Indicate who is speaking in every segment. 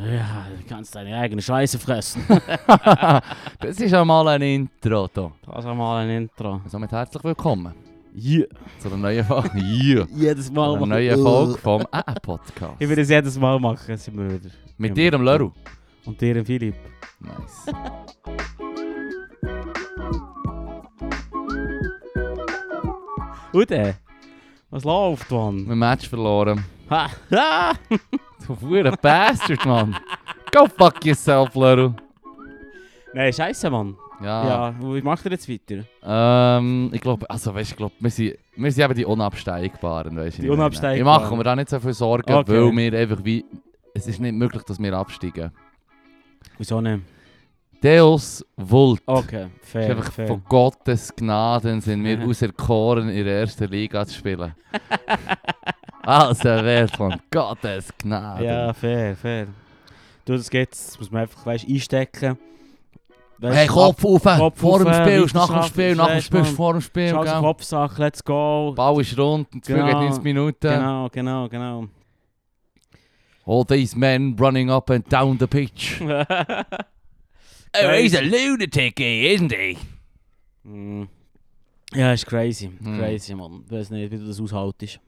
Speaker 1: du kannst deine eigene Scheiße fressen.
Speaker 2: das ist einmal ein Intro, hier.
Speaker 1: Das ist mal ein Intro.
Speaker 2: Und somit herzlich willkommen
Speaker 1: Yeah.
Speaker 2: zu einer neuen Folge, yeah,
Speaker 1: Jedes
Speaker 2: zu
Speaker 1: Mal
Speaker 2: einer
Speaker 1: machen- Äh.
Speaker 2: neuen Folge vom AA-Podcast.
Speaker 1: Ich würde es jedes Mal machen, sind wir wieder.
Speaker 2: Mit dir, dem Leru.
Speaker 1: Und dir, dem Philipp.
Speaker 2: Nice.
Speaker 1: Und äh, was läuft, Mann?
Speaker 2: Mein Match verloren.
Speaker 1: Ha! ha.
Speaker 2: Du verdammter Bastard, Mann. Go fuck yourself, Leru.
Speaker 1: Nein, Scheiße, Mann.
Speaker 2: Ja.
Speaker 1: Ja, wie macht ihr jetzt weiter?
Speaker 2: Ähm, ich glaube, also weißt, ich glaube, wir sind, wir sind eben die Unabsteigbaren, weißt du.
Speaker 1: Die
Speaker 2: ich meine. Ich
Speaker 1: Unabsteigbaren.
Speaker 2: mache mir da nicht so viel Sorgen,
Speaker 1: Okay.
Speaker 2: weil wir einfach wie, es ist nicht möglich, dass wir absteigen.
Speaker 1: Wieso nicht?
Speaker 2: Deus Vult.
Speaker 1: Okay,
Speaker 2: Es
Speaker 1: fair,
Speaker 2: ist einfach
Speaker 1: fair.
Speaker 2: von Gottes Gnaden sind wir
Speaker 1: Ja.
Speaker 2: auserkoren, in der ersten Liga zu spielen. also wer von Gottes Gnaden.
Speaker 1: Ja, fair, fair. Du, das geht's. Das muss man einfach weißt, einstecken. Weisst,
Speaker 2: Hey, Kopf auf,
Speaker 1: Kopf
Speaker 2: vor dem
Speaker 1: hoch,
Speaker 2: Spiel,
Speaker 1: weiter
Speaker 2: ist nach dem
Speaker 1: schaffen,
Speaker 2: Spiel, nach dem
Speaker 1: weisst,
Speaker 2: Spiel, ist
Speaker 1: Mann.
Speaker 2: vor dem Spiel.
Speaker 1: Schau
Speaker 2: gell?
Speaker 1: die Kopfsache, let's go.
Speaker 2: Ball ist rund, das Spiel
Speaker 1: Genau.
Speaker 2: geht 90 Minuten.
Speaker 1: Genau, genau, genau.
Speaker 2: All these men running up and down the pitch. oh, he's a lunatic, he, isn't he?
Speaker 1: Mm. Ja, ist crazy.
Speaker 2: Hm.
Speaker 1: Crazy, Mann. Ich weiß nicht, wie du das aushaltest.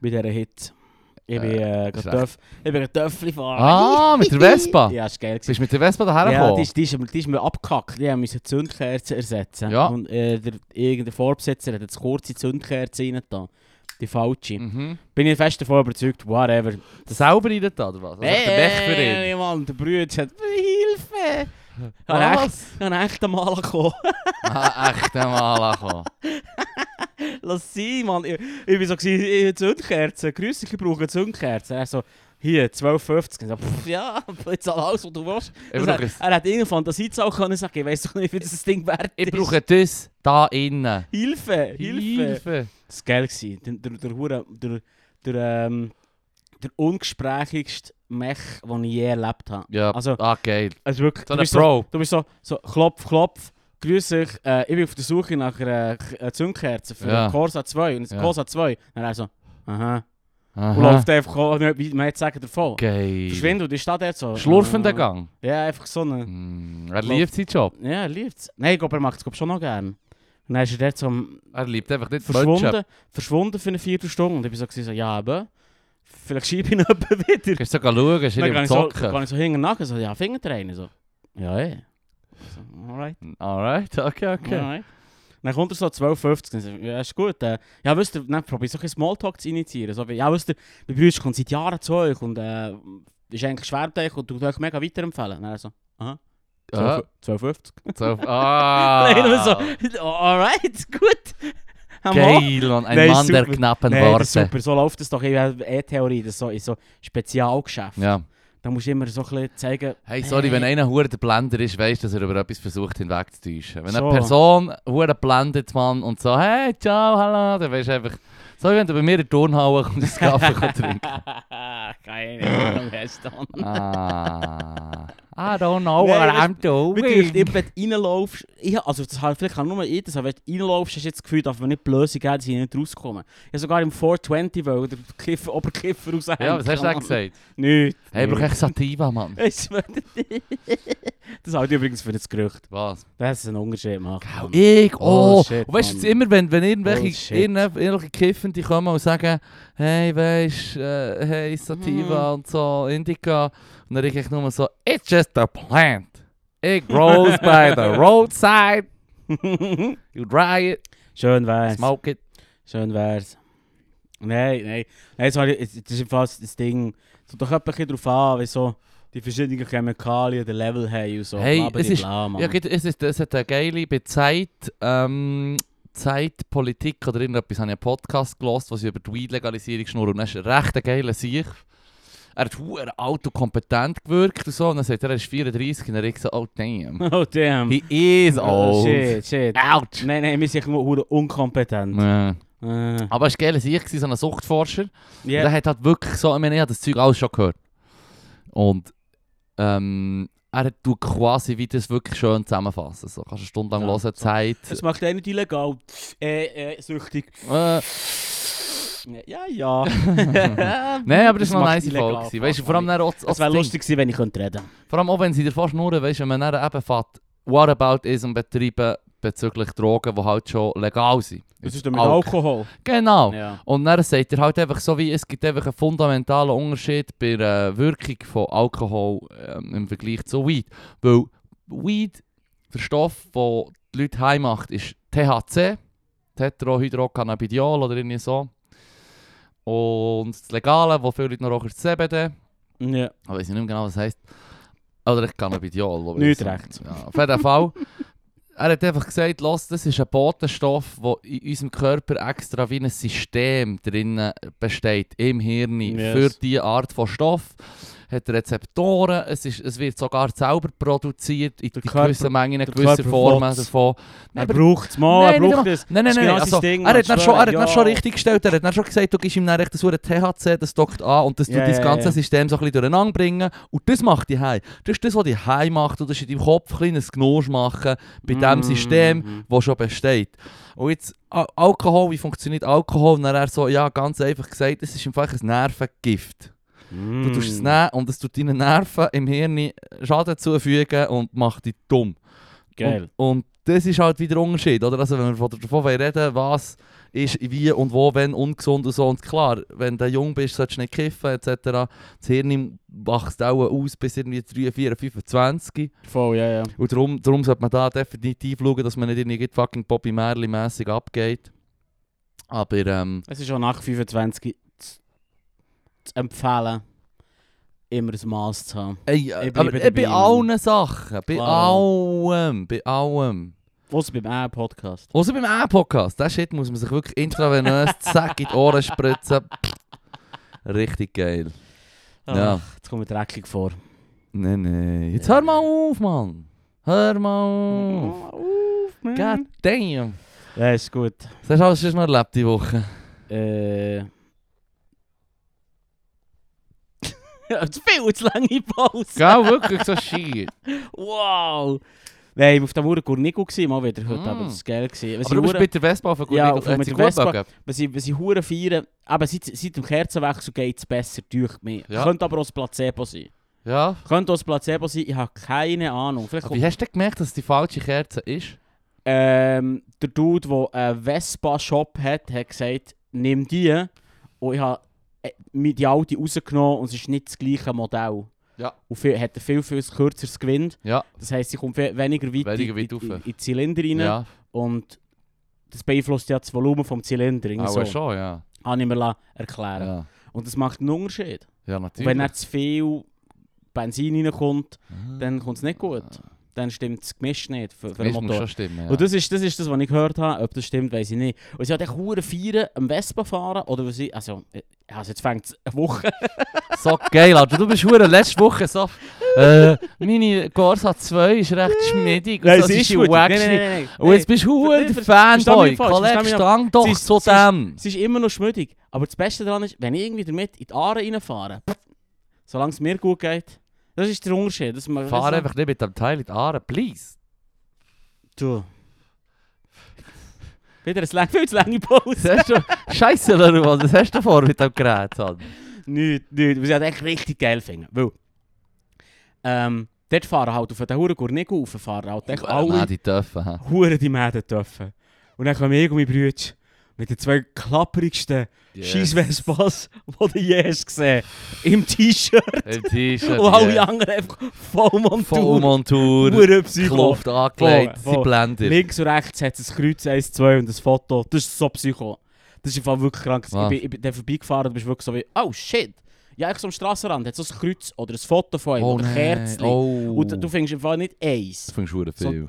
Speaker 1: Bei dieser Hitze. Ich bin äh,
Speaker 2: ist
Speaker 1: gerade Töff- ich bin gerade Töffli fahren.
Speaker 2: Eh, Ah, mit der Vespa.
Speaker 1: Ja, ist geil. gewesen.
Speaker 2: Bist du mit der Vespa daher
Speaker 1: Ja, die
Speaker 2: gekommen?
Speaker 1: ist, die, ist, die ist mir abgekackt. Die haben müssen Zündkerzen ersetzen.
Speaker 2: Ja.
Speaker 1: Und äh, der, irgendein Vorbesitzer hat jetzt kurze Zündkerze reingetan. Die falsche.
Speaker 2: Mhm.
Speaker 1: Bin ich fest davon überzeugt, whatever.
Speaker 2: Selber rein da, oder was? Das ist echt der Pech für ihn.
Speaker 1: Hey, Mann, der Bruder hat Hilfe! Hat echt, hat echt einmal gekommen.
Speaker 2: ah, echt einmal angekommen.
Speaker 1: Lass sein, Mann. Ich, ich bin so, gewesen, ich habe Zündkerzen. Grüße, ich brauche Zündkerzen. Er so, hier, 12,50. Ich so, pff, ja, jetzt alles, was Dus du willst.
Speaker 2: Ich
Speaker 1: Das
Speaker 2: brauche,
Speaker 1: er, er hat irgendeine Fantasiezahl können sagen, ich weiß doch nicht, wie das, das Ding wert
Speaker 2: ich
Speaker 1: ist.
Speaker 2: brauche das da innen.
Speaker 1: Hilfe, Hilfe. Das war geil. gewesen. Der, der, der, Hure- der, der, ähm, der ungesprächigste Mech, den ich je erlebt habe.
Speaker 2: Ja,
Speaker 1: Also-
Speaker 2: ah, geil.
Speaker 1: Also wirklich,
Speaker 2: So
Speaker 1: du
Speaker 2: ein
Speaker 1: bist so,
Speaker 2: Pro.
Speaker 1: du bist so, so klopf, klopf, grüß dich, äh, ich bin auf der Suche nach einer äh, Zündkerze für
Speaker 2: Ja.
Speaker 1: den Corsa 2. Und
Speaker 2: Ja.
Speaker 1: ja. Corsa 2, dann er so, aha. Und
Speaker 2: Aha.
Speaker 1: läuft einfach, auch nicht, wie man hätte sagen davon.
Speaker 2: Geil.
Speaker 1: Verschwindet, und ich stehe dort so.
Speaker 2: Schlurfender
Speaker 1: äh,
Speaker 2: Gang.
Speaker 1: Ja, einfach so eine.
Speaker 2: Mm, er liebt seinen Job.
Speaker 1: Ja, er liebt es. Nein, ich glaube, er macht es glaub, schon noch gern. Und dann ist er dort so am-
Speaker 2: Er liebt einfach nicht Menschen.
Speaker 1: verschwunden, verschwunden für eine Viertelstunde. Und ich bin so, gewesen, so ja, eben, vielleicht schiebe ich ihn jemanden wieder.
Speaker 2: Kannst du sogar schauen, ist
Speaker 1: Dann
Speaker 2: er
Speaker 1: kann
Speaker 2: im
Speaker 1: ich so,
Speaker 2: Zocken.
Speaker 1: kann ich so hinten nachher, so, ja, Finger trainen. So. Ja, eh. So, alright,
Speaker 2: Alright, okay, okay.
Speaker 1: alright. Dann kommt er so 12.50 und sagt, ja, ist gut. Äh, ja, wisst ihr, dann probiere ich so ein bisschen Smalltalk zu initiieren. So wie, ja, wisst ihr, mein Bruder kommt seit Jahren zu euch und äh, ist eigentlich schwer bei euch und tut euch mega weiterempfehlen. Dann er so, aha,
Speaker 2: Ah,
Speaker 1: 12.50.
Speaker 2: so, ah.
Speaker 1: Nein, nur so, alright, gut. Am Morgen.
Speaker 2: Geil, Mann. ein
Speaker 1: Nein,
Speaker 2: Mann der
Speaker 1: super.
Speaker 2: knappen
Speaker 1: Nein, das ist
Speaker 2: Worte.
Speaker 1: super, so läuft es doch. Ich habe eh Theorie, das so, in so Spezialgeschäften.
Speaker 2: Ja.
Speaker 1: Da musst du immer so ein bisschen zeigen,
Speaker 2: Hey, sorry,
Speaker 1: Hey.
Speaker 2: wenn einer hure der Blender ist, weißt du, dass er über etwas versucht hinwegzutäuschen. Wenn
Speaker 1: So.
Speaker 2: eine Person hure blendet, Mann, und so, hey, ciao, hallo, dann weißt du einfach, so wie wenn du bei mir in die Turnhalle kommst und einen Kaffee kannst trinken
Speaker 1: Keine Ahnung, hast du dann.
Speaker 2: Ah, I don't know
Speaker 1: Nein,
Speaker 2: what
Speaker 1: das-
Speaker 2: I'm doing.
Speaker 1: Wirklich, wenn du reinlaufst, ich, hab- also das habe vielleicht kann nur ich das, aber wenn du reinlaufst, hast du jetzt das Gefühl, darf man nicht blöse geben, dass ich nicht rauskommen. Ich hab sogar im 420 wollen, der Kiffer, Oberkiffer raushängen.
Speaker 2: Ja, was hast du da gesagt?
Speaker 1: Nichts.
Speaker 2: Hey, ich brauche echt Sativa, Mann.
Speaker 1: Weisst du, wenn du- Das halte ich übrigens für das Gerücht.
Speaker 2: Was?
Speaker 1: Das ist ein Unterschied machen. Mann.
Speaker 2: Ich,
Speaker 1: Oh,
Speaker 2: oh,
Speaker 1: shit,
Speaker 2: Und weißt du,
Speaker 1: Mann.
Speaker 2: jetzt immer, wenn, wenn irgendwelche,
Speaker 1: Oh, shit.
Speaker 2: irgendwelche, irgendwelche Kiffende kommen und sagen, hey, weißt du, äh, hey,
Speaker 1: Mm.
Speaker 2: Sativa und so, Indica, und dann denke ich nur so, it's just a plant. It grows by the roadside, you dry it,
Speaker 1: Schön wär's.
Speaker 2: smoke it.
Speaker 1: Schön wär's. Nein, nein. Nein, sorry, es, es ist fast das Ding. Es kommt doch etwas darauf an, wie so die verschiedenen Chemikalien den Level haben und so.
Speaker 2: Hey, es ist-
Speaker 1: bla, Mann.
Speaker 2: Ja, gibt- es, ist, es hat eine geile, bei Zeit, ähm, Zeitpolitik oder irgendetwas, habe ich einen Podcast gelesen, wo sie über die Weed-Legalisierung schnurren und das ist recht ein geiler Sieg. Er hat verdammt alt und kompetent gewirkt und so, und dann sagt er, er ist 34 und er sagt so, oh damn.
Speaker 1: Oh, damn.
Speaker 2: He is
Speaker 1: Oh,
Speaker 2: old.
Speaker 1: shit, shit.
Speaker 2: Ouch.
Speaker 1: Nein, nein, wir sind irgendwo verdammt unkompetent.
Speaker 2: Ja.
Speaker 1: Äh,
Speaker 2: Aber es war geil, ich war so ein Suchtforscher.
Speaker 1: Ja,
Speaker 2: Der hat halt wirklich so, ich meine, ich habe das Zeug alles schon gehört. Und ähm, er hat tut quasi wie das wirklich schön zusammenfassen. So, kannst du eine Stunde lang
Speaker 1: Ja,
Speaker 2: hören,
Speaker 1: so.
Speaker 2: Zeit.
Speaker 1: Eh,
Speaker 2: Eh,
Speaker 1: Das macht einen nicht illegal. Pff, Äh, äh, süchtig.
Speaker 2: Äh,
Speaker 1: Ja, ja.
Speaker 2: Nein, aber das
Speaker 1: Das macht
Speaker 2: war noch eine nice
Speaker 1: illegal
Speaker 2: Folge. gewesen. Weißt du, vor allem dann auch, auch
Speaker 1: Es wäre
Speaker 2: das Ding.
Speaker 1: lustig gewesen, wenn ich könnte reden könnte.
Speaker 2: Vor allem auch wenn sie dir fast nur, weißt, wenn man dann eben fährt, Whataboutism betreiben bezüglich Drogen, die halt schon legal sind.
Speaker 1: Das ist mit
Speaker 2: Alk-
Speaker 1: Alkohol.
Speaker 2: Dus Genau.
Speaker 1: Ja.
Speaker 2: Und dann sagt er halt einfach so wie, es gibt einfach einen fundamentalen Unterschied bei der Wirkung von Alkohol ähm, im Vergleich zu Weed. Weil Weed, der Stoff, der die Leute heim macht, ist THC, Tetrahydrocannabidiol oder irgendwie so. Und das Legale, wo viele Leute noch rauchen, ist CBD.
Speaker 1: Ja.
Speaker 2: Ich weiß nicht mehr genau, was das heisst. Oder ich kann Cannabidiol. oder
Speaker 1: Nicht
Speaker 2: so.
Speaker 1: recht.
Speaker 2: Ja, auf jeden Fall. Er hat einfach gesagt, «Los, das ist ein Botenstoff, der in unserem Körper extra wie ein System drinnen besteht, im Hirn,
Speaker 1: Yes.
Speaker 2: für diese Art von Stoff. Hat Rezeptoren, es, ist, es wird sogar selber produziert, in
Speaker 1: Der Körper-
Speaker 2: gewissen Mengen, in
Speaker 1: der
Speaker 2: gewissen
Speaker 1: Körper
Speaker 2: Formen
Speaker 1: wollt's.
Speaker 2: davon.
Speaker 1: Er
Speaker 2: Aber-
Speaker 1: braucht es mal, er
Speaker 2: Nein, nicht
Speaker 1: braucht
Speaker 2: einmal-
Speaker 1: es.
Speaker 2: Nein, nein,
Speaker 1: Das ist
Speaker 2: nein.
Speaker 1: genau sein
Speaker 2: Also,
Speaker 1: Ding,
Speaker 2: er
Speaker 1: Mann,
Speaker 2: hat nicht schon, er hat
Speaker 1: schwöre,
Speaker 2: nicht schon
Speaker 1: ja.
Speaker 2: richtig gestellt. Er hat nicht schon gesagt, du gibst ihm dann recht so einen THC, das dockt an und das tut
Speaker 1: Ja,
Speaker 2: dein
Speaker 1: ja,
Speaker 2: ganze
Speaker 1: ja.
Speaker 2: System so ein bisschen durcheinander bringen. Und das macht dich heim. Das ist das, was dich heim macht. Und das ist in deinem Kopf ein kleines Gnosch machen bei diesem
Speaker 1: Mm,
Speaker 2: System,
Speaker 1: mhm.
Speaker 2: das schon besteht. Und jetzt Al- Alkohol, wie funktioniert Alkohol? Und dann hat er so, ja, ganz einfach gesagt, es ist einfach ein Nervengift. Du tust es
Speaker 1: Mm.
Speaker 2: nehmen und es tut deinen Nerven im Hirn Schaden zufügen und macht dich dumm.
Speaker 1: Geil.
Speaker 2: Und, und das ist halt wieder der Unterschied, oder? Also wenn wir von- davon reden, was ist wie und wo, wenn ungesund und so. Und klar, wenn du jung bist, solltest du nicht kiffen etc. Das Hirn wächst auch aus bis irgendwie 3, 4, 25.
Speaker 1: Voll, ja, ja.
Speaker 2: Und darum, darum sollte man da definitiv schauen, dass man nicht irgendwie fucking Bobby merli mäßig abgeht. Aber ähm,
Speaker 1: Es ist schon nach 25 zu, zu empfehlen, immer ein Maß zu haben.
Speaker 2: ey, äh,
Speaker 1: Ich bleibe
Speaker 2: aber, äh, bei
Speaker 1: dabei.
Speaker 2: allen Sachen, bei
Speaker 1: Klar.
Speaker 2: allem, bei allem.
Speaker 1: Außer beim A-Podcast.
Speaker 2: Außer beim A-Podcast. Der Shit muss man sich wirklich intravenös zack in die Ohren spritzen. Pff. Richtig geil. Ja.
Speaker 1: Jetzt kommt mir dreckig vor.
Speaker 2: Nee, nee. Jetzt hör mal auf, Mann. Hör mal auf.
Speaker 1: auf, man.
Speaker 2: God damn.
Speaker 1: Ja, ist gut.
Speaker 2: Was hast du alles schon noch erlebt die Woche?
Speaker 1: Äh. zu viel, zu lange Pause.
Speaker 2: Gell, wirklich so shit.
Speaker 1: Wow! Nein, ich war auf dem Urengur nicht gut, gewesen, mal wieder heute,
Speaker 2: Mm.
Speaker 1: aber das war geil. Gewesen. Was
Speaker 2: Aber du
Speaker 1: ich
Speaker 2: bist
Speaker 1: hure-
Speaker 2: mit der Vespa auf der
Speaker 1: Ja,
Speaker 2: Gurnik-
Speaker 1: mit
Speaker 2: hat's
Speaker 1: der
Speaker 2: gut
Speaker 1: Vespa.
Speaker 2: gegeben?
Speaker 1: was ich, was ich hure feiere, aber seit, seit dem Kerzenwechsel geht es besser durch mich.
Speaker 2: Ja.
Speaker 1: Könnte aber auch das Placebo sein.
Speaker 2: Ja.
Speaker 1: Könnte auch das Placebo sein, ich habe keine Ahnung. Vielleicht
Speaker 2: Aber Also, wie hast du denn gemerkt, dass es die falsche Kerze ist?
Speaker 1: Ähm, der Dude, der einen Vespa-Shop hat, hat gesagt, nimm die. Und ich habe äh, mir die alte rausgenommen und es ist nicht das gleiche Modell.
Speaker 2: Ja.
Speaker 1: Und viel, hat ein viel, viel kürzeres Gewind.
Speaker 2: Ja.
Speaker 1: Das heisst, sie kommt we- weniger weit,
Speaker 2: Weniger weit
Speaker 1: in, in,
Speaker 2: rauf.
Speaker 1: in die Zylinder rein.
Speaker 2: Ja.
Speaker 1: Und das beeinflusst ja das Volumen vom Zylinder. irgendwie
Speaker 2: Aber
Speaker 1: so.
Speaker 2: schon, ja.
Speaker 1: Habe ich mir la- erklären
Speaker 2: Ja,
Speaker 1: Und das macht einen Unterschied.
Speaker 2: ja
Speaker 1: Und
Speaker 2: natürlich.
Speaker 1: wenn dann zu viel Benzin reinkommt,
Speaker 2: Ah.
Speaker 1: dann kommt es nicht gut. Dann stimmt das Gemisch nicht für, für den
Speaker 2: Weißt, muss
Speaker 1: Motor.
Speaker 2: schon stimmen. Ja.
Speaker 1: Und das ist, das ist das, was ich gehört habe. Ob das stimmt, weiß ich nicht. Und sie hat echt hure feiern am Vespa fahren oder was ich... Also, ich- also jetzt fängt es eine Woche.
Speaker 2: So geil, Alter. Du bist hure letzte Woche so. Äh, meine Corsa 2 ist recht schmiedig. und so, sie
Speaker 1: gut.
Speaker 2: wack
Speaker 1: Nein, nein,
Speaker 2: schmiedig.
Speaker 1: nein, nein.
Speaker 2: Und jetzt bist du hure
Speaker 1: Ver-
Speaker 2: der
Speaker 1: ver- versteh
Speaker 2: Fanboy.
Speaker 1: mich falsch,
Speaker 2: Kollege,
Speaker 1: versteh mich
Speaker 2: stang doch
Speaker 1: Sie ist-
Speaker 2: zu
Speaker 1: sie ist-
Speaker 2: dem.
Speaker 1: Es ist immer noch schmüdig. Aber das Beste daran ist, wenn ich irgendwie damit in die Aare reinfahre, pff, solange es mir gut geht, das ist der Unterschied. Das man,
Speaker 2: Fahr einfach nicht mit dem Teil in die Aare, please.
Speaker 1: Du. Wieder eine lang, viel zu lange Pause.
Speaker 2: Das hast du... Scheisse, oder was? Das hast du vor mit dem Gerät, Alter.
Speaker 1: nicht, nicht. Was ich halt echt richtig geil finde. Weil... Ähm, dort fahren halt auf den Hurengur nicht rauf, fahren halt echt alle...
Speaker 2: Nein, Ah, die dürfen. hä?
Speaker 1: Hure die Mäden dürfen. Und dann kommen ich und mein Bruder mit den zwei klapperigsten scheiß Vespas, die du je hast gesehen Im T-Shirt.
Speaker 2: Im
Speaker 1: Und
Speaker 2: T-Shirt.
Speaker 1: Oh, alle
Speaker 2: yes.
Speaker 1: anderen einfach voll
Speaker 2: äh, Voll
Speaker 1: Montur.
Speaker 2: Montur.
Speaker 1: Hure Psycho.
Speaker 2: Kluft angelegt,
Speaker 1: Voll,
Speaker 2: sie
Speaker 1: voll.
Speaker 2: blendet.
Speaker 1: Links und rechts hat es ein Kreuz 1, 2 und ein Foto. Das ist so Psycho. Das ist im Fall wirklich krank.
Speaker 2: Wow.
Speaker 1: Ich bin, ich bin dann vorbeigefahren und bist wirklich so wie, oh shit. Ja, ich so am Strassenrand hat so ein Kreuz oder ein Foto von ihm
Speaker 2: Oh
Speaker 1: oder ein
Speaker 2: nein.
Speaker 1: Kerzchen.
Speaker 2: Oh.
Speaker 1: Und du findest im Fall nicht eins.
Speaker 2: Das findest du hure
Speaker 1: So-
Speaker 2: viel.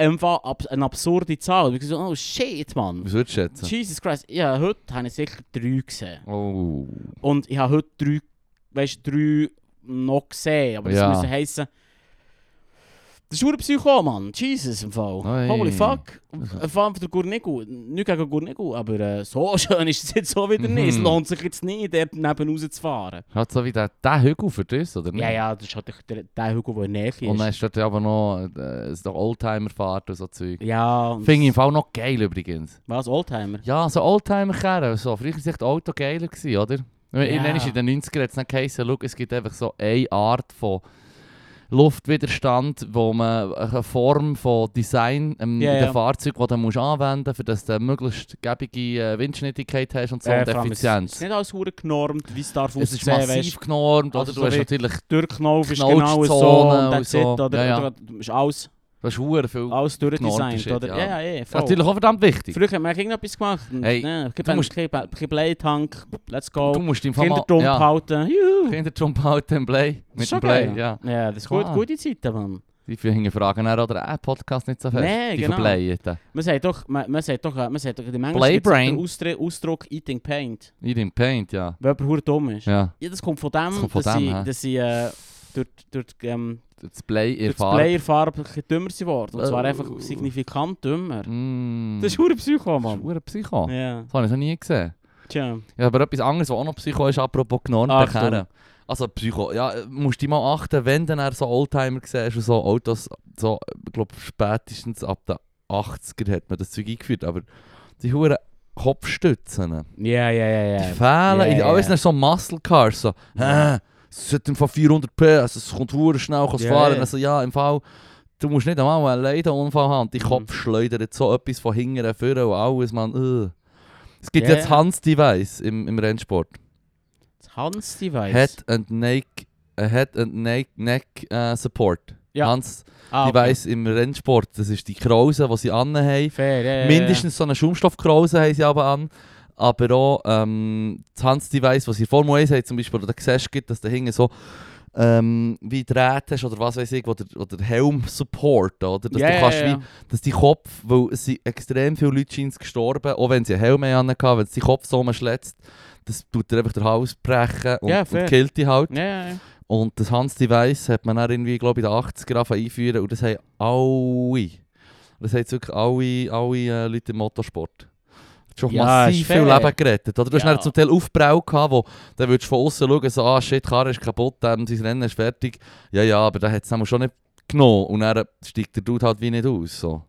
Speaker 1: Einfach ab, eine absurde Zahl. Und ich so, oh shit, Mann.
Speaker 2: Was würdest du schätzen?
Speaker 1: Jesus Christ, ja, heute habe ich sicher drei gesehen.
Speaker 2: Oh.
Speaker 1: Und ich habe heute drei, weißt, drei noch gesehen, aber das
Speaker 2: Ja.
Speaker 1: müssen heissen Das ist ein Psycho, Mann. Jesus im Fall.
Speaker 2: Oi.
Speaker 1: Holy fuck. Äh, Vor allem der Gurnigu. Nicht gegen Gurnigu, aber äh, so schön ist es jetzt so wieder nicht. Es
Speaker 2: Mhm.
Speaker 1: lohnt sich jetzt nicht, dort nebenaus zu fahren.
Speaker 2: Hat so wie der, der Hügel für das, oder nicht?
Speaker 1: Ja, ja, das ist halt der, der Hügel, der in der Nähe ist.
Speaker 2: Und dann ist dort aber noch, äh, ist noch Oldtimer-Fahrt und so Zeug.
Speaker 1: ja, und
Speaker 2: Finde ich im Fall noch geil übrigens.
Speaker 1: was? Oldtimer?
Speaker 2: Ja, so Oldtimer-Kerren, so. Früher war echt Auto geiler, gewesen, oder? Ja.
Speaker 1: Ja.
Speaker 2: Irgendwann ist in den 90ern jetzt nicht geheißen, schau, es gibt einfach so eine Art von Luftwiderstand, wo man eine Form von Design ähm,
Speaker 1: Ja,
Speaker 2: in den
Speaker 1: ja.
Speaker 2: Fahrzeugen, die du musst anwenden musst, damit du möglichst gäbige äh, Windschnittigkeit hast und so und
Speaker 1: vor allem, es- Es ist
Speaker 2: Effizienz.
Speaker 1: nicht alles hure genormt, wie es darf
Speaker 2: Es ist
Speaker 1: aussehen,
Speaker 2: massiv
Speaker 1: weisst
Speaker 2: genormt, oder?
Speaker 1: Also
Speaker 2: Du
Speaker 1: so
Speaker 2: hast
Speaker 1: wie-
Speaker 2: natürlich
Speaker 1: du. Der Knauf ist
Speaker 2: Knautschzonen
Speaker 1: genau so und
Speaker 2: und
Speaker 1: that's
Speaker 2: so.
Speaker 1: it, oder?
Speaker 2: Ja, ja.
Speaker 1: Oder du- Ist alles,
Speaker 2: du hast verdammt viel
Speaker 1: alles durchdesignt,
Speaker 2: Knorrten
Speaker 1: oder?
Speaker 2: Shit,
Speaker 1: Ja,
Speaker 2: ja.
Speaker 1: ja, eh, voll.
Speaker 2: Natürlich auch verdammt wichtig.
Speaker 1: Früher haben wir irgendetwas gemacht. Und,
Speaker 2: Hey,
Speaker 1: ja, gib
Speaker 2: du
Speaker 1: einen
Speaker 2: musst-
Speaker 1: gib ein bisschen Bleitank, let's go.
Speaker 2: Du musst im Fall mal...
Speaker 1: Kinderdump
Speaker 2: ja,
Speaker 1: halten. Juhu.
Speaker 2: Kinderdump halten im Play.
Speaker 1: Das ist
Speaker 2: Mit
Speaker 1: schon
Speaker 2: dem Play,
Speaker 1: geil.
Speaker 2: ja.
Speaker 1: Ja, das ist gut,
Speaker 2: Klar.
Speaker 1: gute Zeiten, Mann.
Speaker 2: Die vielen Fragen dann oder äh, Podcast nicht so fest.
Speaker 1: Nee,
Speaker 2: die
Speaker 1: genau.
Speaker 2: verbleien dann.
Speaker 1: Man sagt doch, man, man sagt doch, äh, man sagt doch, die Menge
Speaker 2: Play
Speaker 1: den
Speaker 2: Brain.
Speaker 1: Ausdruck, Ausdruck Eating Paint,
Speaker 2: In dem Paint, ja.
Speaker 1: weil jemand hure dumm ist. Ja.
Speaker 2: Ja,
Speaker 1: das kommt von
Speaker 2: Das
Speaker 1: dem,
Speaker 2: kommt von
Speaker 1: dass,
Speaker 2: dem,
Speaker 1: sie,
Speaker 2: hä?
Speaker 1: dass sie äh, durch, durch, ähm,
Speaker 2: das Play in
Speaker 1: durch das
Speaker 2: Farbe.
Speaker 1: Player-Farbe ein bisschen dümmer sie geworden. Und zwar
Speaker 2: Äh.
Speaker 1: einfach signifikant dümmer.
Speaker 2: Mm.
Speaker 1: Das ist hure Psycho,
Speaker 2: Das ist
Speaker 1: Mann.
Speaker 2: verdammt Psycho.
Speaker 1: Ja,
Speaker 2: Das habe ich noch nie gesehen.
Speaker 1: tja.
Speaker 2: Ja, aber etwas anderes, was auch noch Psycho ist, apropos genormte
Speaker 1: Achtung.
Speaker 2: Kerren. Also Psycho, ja, äh, musst du dich mal achten, wenn du dann so Oldtimer siehst und so Autos, so, äh, ich glaube spätestens ab den 80er hat man das Zeug eingeführt, aber die huren Kopfstützen,
Speaker 1: Ja, ja, ja,
Speaker 2: die
Speaker 1: ja.
Speaker 2: fehlen,
Speaker 1: Äh, Ja,
Speaker 2: in-
Speaker 1: ja,
Speaker 2: alles
Speaker 1: ja.
Speaker 2: sind so Muscle Cars, so, hä, es hat im Fall 400 PS, es kommt hure schnell, kannst
Speaker 1: Ja,
Speaker 2: fahren,
Speaker 1: ja.
Speaker 2: also ja, im Fall, du musst nicht einmal einen Leidenunfall haben, die
Speaker 1: Mhm.
Speaker 2: Kopf schleudert so etwas von hinten nach vorne und alles, man, äh. Es gibt
Speaker 1: Ja,
Speaker 2: jetzt
Speaker 1: ja.
Speaker 2: Hans-Device im, im Rennsport.
Speaker 1: Das Hans-Device.
Speaker 2: Head and Neck, äh, Head and Neck, Neck äh, Support.
Speaker 1: Ja.
Speaker 2: Hans,
Speaker 1: ah,
Speaker 2: ich weiss, im Rennsport, das ist die Krause, die sie anhaben.
Speaker 1: Fair, ja, ja, ja.
Speaker 2: Mindestens so eine Schaumstoffkrause haben sie aber an. Aber auch ähm, das Hans-Device, was sie in Formel 1 haben, zum Beispiel, oder siehst du, dass da hinten so ähm, wie Drähte hast oder was weiß ich, oder, oder Helm-Support, oder? Dass
Speaker 1: Ja,
Speaker 2: du
Speaker 1: ja,
Speaker 2: kannst
Speaker 1: ja.
Speaker 2: wie, dass die Kopf, weil es sind extrem viele Leute scheint gestorben, auch wenn sie einen Helm haben, wenn es die Kopf so rumschlägt, das tut dir einfach den Hals brechen und,
Speaker 1: Ja,
Speaker 2: und
Speaker 1: fair.
Speaker 2: killt dich halt.
Speaker 1: Ja, ja, ja.
Speaker 2: Und das Hans-Device hat man dann irgendwie, glaube ich, in den 80er angefangen einführen und das haben alle. Das haben jetzt wirklich alle, alle äh, Leute im Motorsport. Das hat Schon
Speaker 1: Ja,
Speaker 2: massiv
Speaker 1: ist
Speaker 2: viel
Speaker 1: fair.
Speaker 2: Leben gerettet. Oder? Du hast
Speaker 1: Ja.
Speaker 2: dann zum Teil Aufbrau gehabt, wo dann würdest du von außen schauen, so, ah shit, die Karre ist kaputt, ähm, sein Rennen ist fertig. Ja, ja, aber der hat es dann schon nicht genommen. Und dann steigt der Dude halt wie nicht aus. So.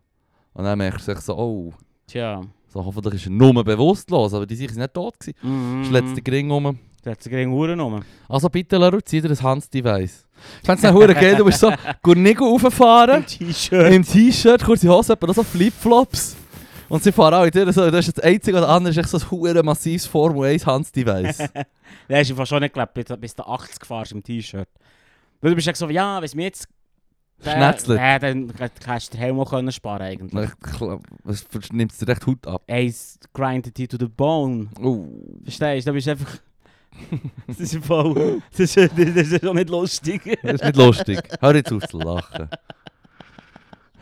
Speaker 2: Und dann merkst du sich so, oh,
Speaker 1: Tja.
Speaker 2: so, hoffentlich ist er nur bewusstlos, aber die sind nicht tot gewesen.
Speaker 1: Mhm.
Speaker 2: Mhm. Schlägt den Ring um.
Speaker 1: Der hat sich gegen Uhren genommen.
Speaker 2: Also bitte, Leru, zieh dir ein Hans-Device. Ich fände es hure geil, du bist so Gurnigo rauffahren,
Speaker 1: T-Shirt.
Speaker 2: im T-Shirt, kurze Hose, aber auch so Flipflops. Und sie fahren alle durch, so, das ist das Einzige, was andere ist, echt so ein hure massives Formel 1 Hans-Device.
Speaker 1: Der hast du fast schon nicht gelebt, bis, bis du 80 fährst im T-Shirt. Weil du bist echt so, ja, weiss mir jetzt. der-
Speaker 2: Schnetzelt.
Speaker 1: Äh, dann kannst du den Helm auch können sparen eigentlich.
Speaker 2: Nimmst du dir echt Haut ab.
Speaker 1: Eins grindet dich to the bone.
Speaker 2: Oh.
Speaker 1: Verstehst du? Da bist du einfach. das ist voll. Das ist, das ist auch nicht lustig.
Speaker 2: Das ist nicht lustig. Hör jetzt auf zu lachen.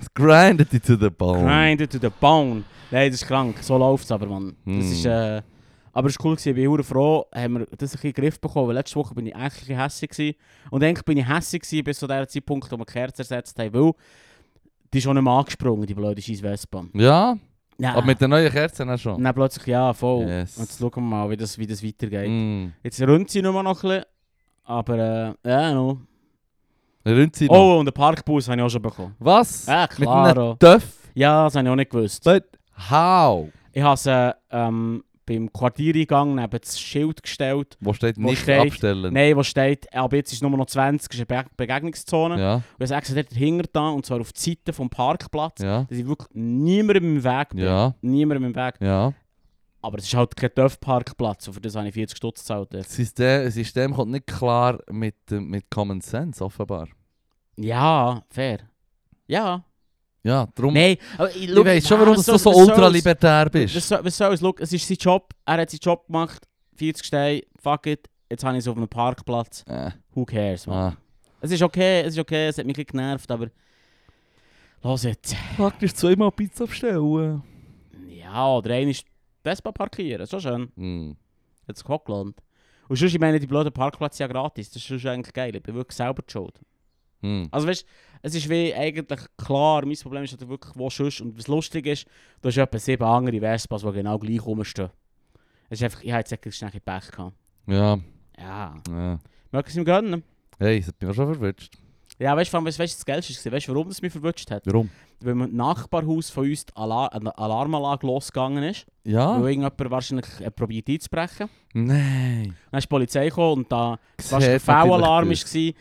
Speaker 2: Es grindet dich to the bone.
Speaker 1: Grindet to the bone. Nein, das ist krank. So läuft es aber, Mann. Das
Speaker 2: Mm.
Speaker 1: ist, äh, aber es war cool, gewesen. ich bin hure froh, haben wir das ein bisschen in den Griff bekommen, weil letzte Woche bin ich eigentlich ein bisschen hässig gewesen. Und eigentlich bin ich hässig gewesen bis zu dem Zeitpunkt, wo wir die Kerze ersetzt haben, weil die ist schon nicht mehr angesprungen, die blöde scheiß Vespa.
Speaker 2: Ja,
Speaker 1: Ja.
Speaker 2: aber Ah, mit der neuen Kerze dann schon.
Speaker 1: Und dann plötzlich, ja, voll.
Speaker 2: Yes.
Speaker 1: Und jetzt schauen wir mal, wie das, wie das weitergeht.
Speaker 2: Mm.
Speaker 1: Jetzt rühmt sie nur noch ein bisschen, aber äh, ja, no.
Speaker 2: Rühmt sie noch.
Speaker 1: Oh, Ah, und den Parkbus habe ich auch schon bekommen.
Speaker 2: Was?
Speaker 1: Ja,
Speaker 2: Mit
Speaker 1: klar.
Speaker 2: einem Töff?
Speaker 1: Ja, das habe ich auch nicht gewusst.
Speaker 2: But how?
Speaker 1: Ich habe sie ähm, beim Quartiereingang neben das Schild gestellt.
Speaker 2: Wo steht
Speaker 1: Wo
Speaker 2: nicht
Speaker 1: steht-
Speaker 2: abstellen?
Speaker 1: Nein, wo steht, ab jetzt ist nur noch 20, ist eine Be Begegnungszone.
Speaker 2: Ja,
Speaker 1: Und ich sage dort hinter da, und zwar auf die Seite vom Parkplatz,
Speaker 2: ja,
Speaker 1: dass ich wirklich niemandem im Weg bin.
Speaker 2: ja,
Speaker 1: Niemandem im Weg.
Speaker 2: ja.
Speaker 1: Aber es ist halt kein Dörfparkplatz, und für das habe ich 40 Stutz gezahlt. dort.
Speaker 2: Das System, das System kommt nicht klar mit, dem- mit Common Sense, offenbar.
Speaker 1: Ja, fair. Ja.
Speaker 2: Ja, darum.
Speaker 1: Nein, aber ich,
Speaker 2: Um- ich weiß schon, warum
Speaker 1: was
Speaker 2: du so
Speaker 1: also, was soll's?
Speaker 2: ultralibertär
Speaker 1: Was
Speaker 2: bist.
Speaker 1: soll, was soll's? Schau, es ist sein Job, er hat seinen Job gemacht, 40 Steine, fuck it, jetzt habe ich es auf einem Parkplatz.
Speaker 2: Äh,
Speaker 1: Who cares, man.
Speaker 2: ah.
Speaker 1: Es ist okay, es ist okay, es hat mich ein bisschen genervt, aber... Los jetzt.
Speaker 2: Praktisch zweimal Pizza bestellen.
Speaker 1: Ja, oder einer ist Vespa parkieren, so schön.
Speaker 2: Hm.
Speaker 1: Hat sich auch gelohnt. Und sonst, ich meine, die blöden Parkplätze sind ja gratis, das ist sonst eigentlich geil, ich bin wirklich selber schuld.
Speaker 2: Hm.
Speaker 1: Also weißt es ist wie eigentlich klar, mein Problem ist halt wirklich, wo sonst. Und was lustig ist, du hast etwa sieben andere Vespas, die genau gleich rumstehen. Es ist einfach, ich habe jetzt echt schnell Pech gehabt.
Speaker 2: Ja,
Speaker 1: Ja.
Speaker 2: ja.
Speaker 1: Mögen sie ihm gönnen?
Speaker 2: Hey, das hat mich auch schon verwirrt.
Speaker 1: Ja, weißt du, vor allem, weißt, du, das Geilste war, weißt du, warum das mich verwünscht hat?
Speaker 2: Warum?
Speaker 1: Weil im Nachbarhaus von uns die Alar eine Alarmanlage losgegangen ist,
Speaker 2: Ja?
Speaker 1: weil irgendjemand wahrscheinlich äh, probiert einzubrechen.
Speaker 2: Nein.
Speaker 1: Dann ist die Polizei gekommen und da
Speaker 2: Sieht
Speaker 1: wahrscheinlich
Speaker 2: natürlich
Speaker 1: V-Alarm war,
Speaker 2: durch.
Speaker 1: sie